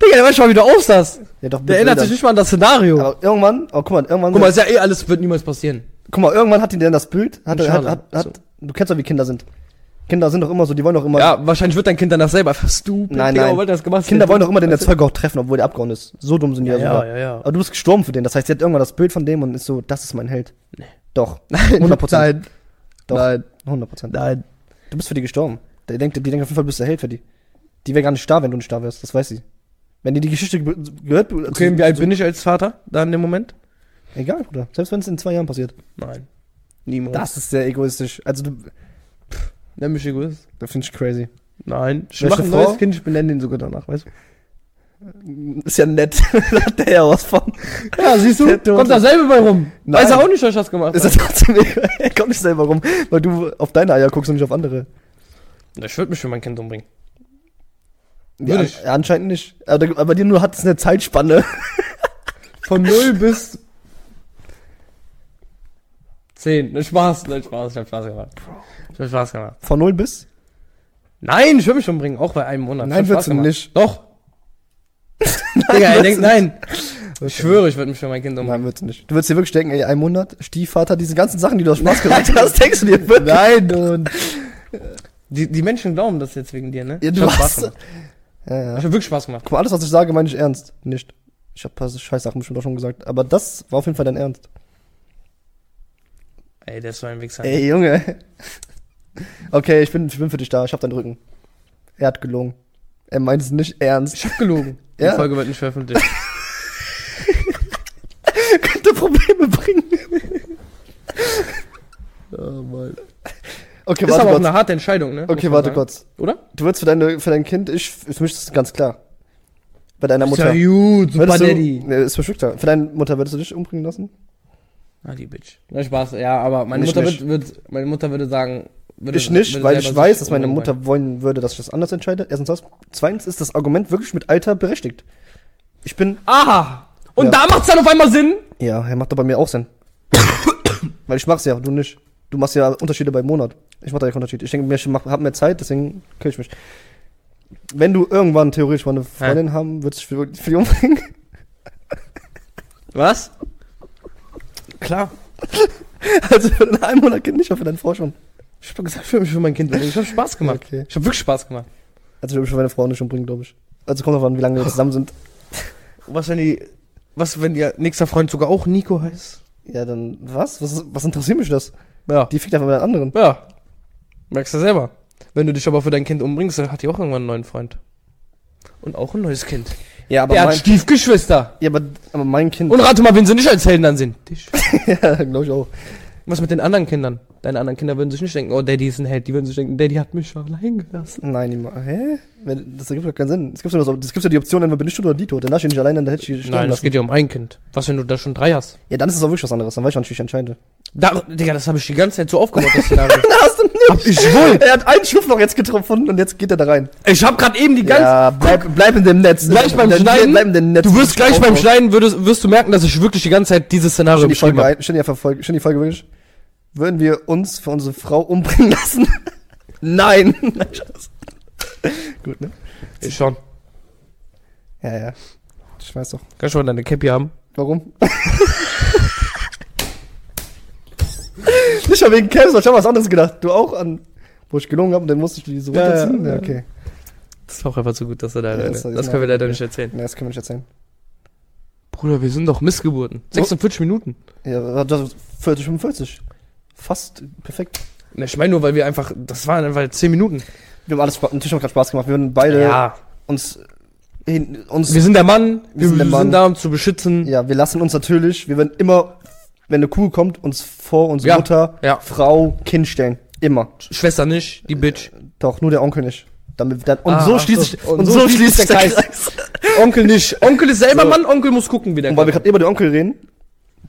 [SPEAKER 2] Digga, der weiß schon mal wieder auf das.
[SPEAKER 1] Ja, doch,
[SPEAKER 2] Der erinnert sich nicht mal an das Szenario.
[SPEAKER 1] Aber irgendwann, oh, guck mal, irgendwann.
[SPEAKER 2] Guck mal, ist ja eh alles, wird niemals passieren.
[SPEAKER 1] Guck mal, irgendwann hat ihn dann das Bild, hat, hat,
[SPEAKER 2] Schade.
[SPEAKER 1] hat, hat du kennst doch, wie Kinder sind. Kinder sind doch immer so, die wollen doch immer,
[SPEAKER 2] Ja, wahrscheinlich wird dein Kind danach selber einfach stupid.
[SPEAKER 1] Nein,
[SPEAKER 2] Digga,
[SPEAKER 1] nein.
[SPEAKER 2] warum hat er das gemacht?
[SPEAKER 1] Kinder wollen doch immer den Erzeuger auch treffen, obwohl der abgehauen ist. So dumm sind die
[SPEAKER 2] ja,
[SPEAKER 1] ja,
[SPEAKER 2] ja,
[SPEAKER 1] sogar.
[SPEAKER 2] ja, ja.
[SPEAKER 1] Aber du bist gestorben für den, das heißt, sie hat irgendwann das Bild von dem und ist so, das ist mein Held.
[SPEAKER 2] Nee.
[SPEAKER 1] Doch, 100%.
[SPEAKER 2] Nein,
[SPEAKER 1] Doch.
[SPEAKER 2] nein,
[SPEAKER 1] 100%.
[SPEAKER 2] nein.
[SPEAKER 1] Du bist für die gestorben. Die denkt, die denkt auf jeden Fall, du bist der Held für die. Die wäre gar nicht da, wenn du nicht da wärst, das weiß sie. Wenn die die Geschichte ge- gehört,
[SPEAKER 2] Okay, wie alt bin ich als Vater da in dem Moment?
[SPEAKER 1] egal, Bruder. Selbst wenn es in zwei Jahren passiert.
[SPEAKER 2] Nein. Niemals.
[SPEAKER 1] Das ist sehr egoistisch. Also, du,
[SPEAKER 2] Nenn mich Egoist.
[SPEAKER 1] das finde ich crazy.
[SPEAKER 2] Nein. Ich
[SPEAKER 1] Welche
[SPEAKER 2] mach ein
[SPEAKER 1] Frau?
[SPEAKER 2] neues Kind, ich benenne den sogar danach, weißt du?
[SPEAKER 1] Ist ja nett. da hat der ja was von.
[SPEAKER 2] Ja, siehst
[SPEAKER 1] du?
[SPEAKER 2] Kommt dasselbe bei rum.
[SPEAKER 1] Nein.
[SPEAKER 2] Weiß er auch nicht, dass ich das gemacht
[SPEAKER 1] Ist
[SPEAKER 2] habe.
[SPEAKER 1] das trotzdem egal? Er kommt nicht selber rum, weil du auf deine Eier guckst und nicht auf andere.
[SPEAKER 2] Ich würde mich für mein Kind umbringen.
[SPEAKER 1] Ja,
[SPEAKER 2] Würde ich.
[SPEAKER 1] anscheinend nicht. Aber, da- aber bei dir nur hat es eine Zeitspanne.
[SPEAKER 2] Von 0 bis 10. Ne, Spaß, ne, Spaß, ich hab Spaß gemacht. Ich hab Spaß gemacht.
[SPEAKER 1] Von 0 bis?
[SPEAKER 2] Nein, ich würde mich umbringen, auch bei einem Monat.
[SPEAKER 1] Nein,
[SPEAKER 2] Ich hab Spaß
[SPEAKER 1] würdest du
[SPEAKER 2] gemacht.
[SPEAKER 1] nicht.
[SPEAKER 2] Doch. Digga, er
[SPEAKER 1] würdest
[SPEAKER 2] denkt,
[SPEAKER 1] du
[SPEAKER 2] nein. Ich schwöre, ich würde mich für mein Kind umbringen.
[SPEAKER 1] Nein, würdest du nicht. Du würdest dir wirklich denken, ey, ein Monat, Stiefvater, diese ganzen Sachen, die du aus Spaß gesagt hast, denkst du dir wirklich?
[SPEAKER 2] Nein, und. Die, die Menschen glauben das jetzt wegen dir, ne?
[SPEAKER 1] Ja, du
[SPEAKER 2] Ich hab Spaß
[SPEAKER 1] hast-
[SPEAKER 2] gemacht.
[SPEAKER 1] Ja,
[SPEAKER 2] Ich
[SPEAKER 1] ja.
[SPEAKER 2] hab wirklich Spaß gemacht.
[SPEAKER 1] Guck mal, alles, was ich sage, meine ich ernst. Nicht. Ich hab ein paar Scheißsachen bestimmt auch schon gesagt. Aber das war auf jeden Fall dein Ernst.
[SPEAKER 2] Ey, der ist so ein Wichser.
[SPEAKER 1] Ey, Junge. Okay, ich bin, ich bin für dich da. Ich hab deinen Rücken. Er hat gelogen. Er meint es nicht ernst.
[SPEAKER 2] Ich hab gelogen.
[SPEAKER 1] Ja.
[SPEAKER 2] Die Folge wird nicht veröffentlicht.
[SPEAKER 1] Könnte Probleme bringen.
[SPEAKER 2] oh Mann.
[SPEAKER 1] Okay,
[SPEAKER 2] ist
[SPEAKER 1] warte
[SPEAKER 2] aber auch
[SPEAKER 1] kurz.
[SPEAKER 2] eine harte Entscheidung, ne? Muss
[SPEAKER 1] Okay,
[SPEAKER 2] man
[SPEAKER 1] warte
[SPEAKER 2] sagen.
[SPEAKER 1] kurz.
[SPEAKER 2] Oder?
[SPEAKER 1] Du würdest für, deine, für dein Kind, ich, für mich ist das ganz klar. Bei deiner Mutter.
[SPEAKER 2] Ist ja gut, super
[SPEAKER 1] Würdest du,
[SPEAKER 2] Daddy.
[SPEAKER 1] nee, ist bestimmt klar. Für deine Mutter würdest du dich umbringen lassen?
[SPEAKER 2] Ah, die Bitch. Na, Spaß, ja, aber meine
[SPEAKER 1] Nicht
[SPEAKER 2] Mutter
[SPEAKER 1] mich.
[SPEAKER 2] wird, wird, meine Mutter würde sagen, würde,
[SPEAKER 1] Ich nicht,
[SPEAKER 2] würde
[SPEAKER 1] weil
[SPEAKER 2] selber
[SPEAKER 1] ich weiß,
[SPEAKER 2] sich
[SPEAKER 1] dass meine
[SPEAKER 2] umbringen.
[SPEAKER 1] Mutter wollen würde, dass ich das anders entscheide. Erstens das. Zweitens ist das Argument wirklich mit Alter berechtigt. Ich bin.
[SPEAKER 2] Aha! Und
[SPEAKER 1] Ja.
[SPEAKER 2] da macht's dann auf einmal Sinn?
[SPEAKER 1] Ja, er macht doch bei mir auch Sinn. weil ich mach's ja, du nicht. Du machst ja Unterschiede bei Monat. Ich mach da keinen Unterschied. Ich denke mir, ich mach, hab mehr Zeit, deswegen kill ich mich. Wenn du irgendwann theoretisch mal eine Freundin haben, würdest du dich für, für die umbringen?
[SPEAKER 2] Was? Klar.
[SPEAKER 1] Also für dein Einwohnerkind nicht, aber für deine Frau schon.
[SPEAKER 2] Ich hab gesagt, ich würde mich für mein Kind umbringen. Ich hab Spaß gemacht.
[SPEAKER 1] Okay.
[SPEAKER 2] Ich hab wirklich Spaß gemacht.
[SPEAKER 1] Also ich würde mich für meine Frau nicht umbringen, glaube ich. Also kommt drauf an, wie lange wir zusammen sind.
[SPEAKER 2] Was, wenn die, was, wenn ihr nächster Freund sogar auch Nico heißt?
[SPEAKER 1] Ja, dann was? Was, was interessiert mich das?
[SPEAKER 2] Ja.
[SPEAKER 1] Die fickt einfach mit einem anderen.
[SPEAKER 2] Ja. Merkst du selber. Wenn du dich aber für dein Kind umbringst, dann hat die auch irgendwann einen neuen Freund. Und auch ein neues Kind.
[SPEAKER 1] Ja, aber
[SPEAKER 2] Der hat
[SPEAKER 1] mein,
[SPEAKER 2] Stiefgeschwister.
[SPEAKER 1] ja, aber, aber mein Kind.
[SPEAKER 2] Und rate mal, wen sie nicht als Helden ansehen. Dich.
[SPEAKER 1] ja, glaube ich auch.
[SPEAKER 2] Was mit den anderen Kindern? Deine anderen Kinder würden sich nicht denken, oh, Daddy ist ein Held. Die würden sich denken, Daddy hat mich allein gelassen.
[SPEAKER 1] Nein, die, ma- hä? Wenn- Das ergibt doch keinen Sinn. Es gibt ja, nur so, es gibt ja die Option, entweder bin ich tot oder die tot. Dann lass ich ihn nicht allein, dann hätte ich ihn sterben
[SPEAKER 2] Nein, es
[SPEAKER 1] lassen.
[SPEAKER 2] geht ja um ein Kind. Was, wenn du da schon drei hast?
[SPEAKER 1] Ja, dann ist es auch wirklich was anderes. Dann weiß ich auch nicht, wie ich entscheide.
[SPEAKER 2] Da, Digga, das habe ich die ganze Zeit so aufgebaut, das Szenario.
[SPEAKER 1] Na, hast du nicht.
[SPEAKER 2] Hab ich wohl.
[SPEAKER 1] Er hat einen Schlupfloch jetzt getroffen und jetzt geht er da rein.
[SPEAKER 2] Ich habe gerade eben die ganze...
[SPEAKER 1] ja, bleib, bleib in dem Netz.
[SPEAKER 2] Gleich beim
[SPEAKER 1] Bleib-
[SPEAKER 2] Schneiden?
[SPEAKER 1] Bleib in dem Netz.
[SPEAKER 2] Du wirst gleich beim
[SPEAKER 1] Aufbau.
[SPEAKER 2] Schneiden, würdest, wirst du merken, dass ich wirklich die ganze Zeit dieses Szenario
[SPEAKER 1] Schön die
[SPEAKER 2] beschrieben
[SPEAKER 1] Folge,
[SPEAKER 2] habe.
[SPEAKER 1] ein- schön die Folge, schön die Folge wirklich. Würden wir uns für unsere Frau umbringen lassen? Nein. Nein, Scheiß. Gut, ne?
[SPEAKER 2] Ich Schon.
[SPEAKER 1] Ja, ja. Ich weiß doch.
[SPEAKER 2] Kannst du mal deine Cappy haben?
[SPEAKER 1] Warum? Nicht mal wegen Caps, ich hab was anderes gedacht. Du auch an. Wo ich gelungen habe und dann musste ich die so
[SPEAKER 2] Ja,
[SPEAKER 1] runterziehen.
[SPEAKER 2] ja,
[SPEAKER 1] Ja,
[SPEAKER 2] ja.
[SPEAKER 1] okay.
[SPEAKER 2] Das ist auch einfach zu gut, dass er da
[SPEAKER 1] Ja,
[SPEAKER 2] leider.
[SPEAKER 1] das
[SPEAKER 2] Das,
[SPEAKER 1] ist
[SPEAKER 2] können wir
[SPEAKER 1] mal-
[SPEAKER 2] leider nicht erzählen.
[SPEAKER 1] Na, das können wir nicht erzählen.
[SPEAKER 2] Bruder, wir sind doch Missgeburten. 46 Minuten.
[SPEAKER 1] Ja, das ist 40, 45. Fast perfekt.
[SPEAKER 2] Na, ich meine nur, weil wir einfach. Das waren einfach 10 Minuten.
[SPEAKER 1] Wir haben alles Spaß, natürlich haben gerade Spaß gemacht. Wir würden beide uns, hin, uns
[SPEAKER 2] Wir sind der Mann. Wir,
[SPEAKER 1] sind der Mann.
[SPEAKER 2] sind da, um zu beschützen.
[SPEAKER 1] Ja, wir lassen uns natürlich, wir werden immer, wenn eine Kuh kommt, uns vor unsere
[SPEAKER 2] Ja,
[SPEAKER 1] Mutter,
[SPEAKER 2] ja.
[SPEAKER 1] Frau, Kind stellen. Immer.
[SPEAKER 2] Schwester nicht, die Bitch.
[SPEAKER 1] Doch, nur der Onkel nicht. Damit, dann, und,
[SPEAKER 2] Ah,
[SPEAKER 1] so
[SPEAKER 2] ach
[SPEAKER 1] schließt
[SPEAKER 2] so.
[SPEAKER 1] sich, und, so schließt sich der Kreis.
[SPEAKER 2] Onkel nicht. Onkel ist selber
[SPEAKER 1] So.
[SPEAKER 2] Mann, Onkel muss gucken, wie der
[SPEAKER 1] Und weil wir
[SPEAKER 2] kommt.
[SPEAKER 1] gerade über den Onkel reden,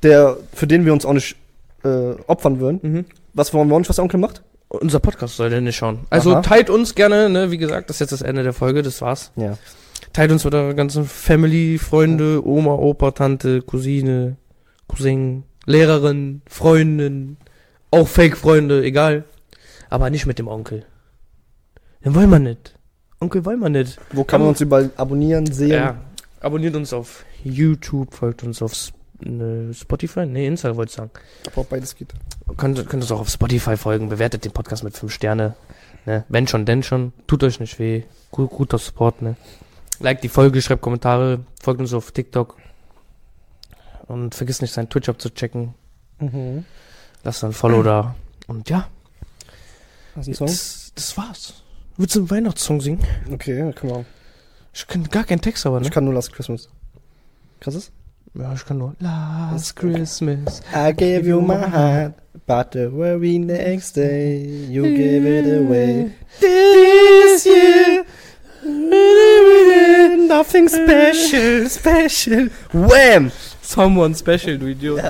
[SPEAKER 1] der, für den wir uns auch nicht äh, opfern würden,
[SPEAKER 2] Mhm.
[SPEAKER 1] was wollen wir auch nicht, was der Onkel macht?
[SPEAKER 2] Unser Podcast soll der nicht schauen. Also
[SPEAKER 1] Aha.
[SPEAKER 2] teilt uns gerne, ne, wie gesagt, das ist jetzt das Ende der Folge, das war's.
[SPEAKER 1] Ja.
[SPEAKER 2] Teilt uns mit eurer ganzen Family, Freunde, Oma, Opa, Tante, Cousine, Cousin, Lehrerin, Freundin, auch Fake-Freunde, egal. Aber nicht mit dem Onkel. Den wollen wir nicht. Onkel wollen wir nicht.
[SPEAKER 1] Wo kann man uns überall abonnieren, sehen?
[SPEAKER 2] Ja. Abonniert uns auf YouTube, folgt uns auf S- ne, Spotify, nee, Insta wollte ich sagen.
[SPEAKER 1] Aber auch beides geht.
[SPEAKER 2] Könnt, könnt uns auch auf Spotify folgen, bewertet den Podcast mit 5 Sterne. Ne? Wenn schon, denn schon. Tut euch nicht weh. Gut, guter Support, ne? Like die Folge, schreibt Kommentare, folgt uns auf TikTok. Und vergiss nicht, seinen Twitch abzuchecken.
[SPEAKER 1] Mhm.
[SPEAKER 2] Lasst ein Follow da. Und ja,
[SPEAKER 1] Hast du einen Song?
[SPEAKER 2] das, das war's. Willst du einen Weihnachtssong singen?
[SPEAKER 1] Okay, ja, können wir auch.
[SPEAKER 2] Ich kann gar keinen Text, aber, ne?
[SPEAKER 1] Ich kann nur Last Christmas. Kannst du das?
[SPEAKER 2] ja, ich kann nur Last Christmas.
[SPEAKER 1] I gave you my heart, but the very next day you gave it away.
[SPEAKER 2] This year.
[SPEAKER 1] Mm. Nothing special, special. Wham!
[SPEAKER 2] Someone special, du Idiot.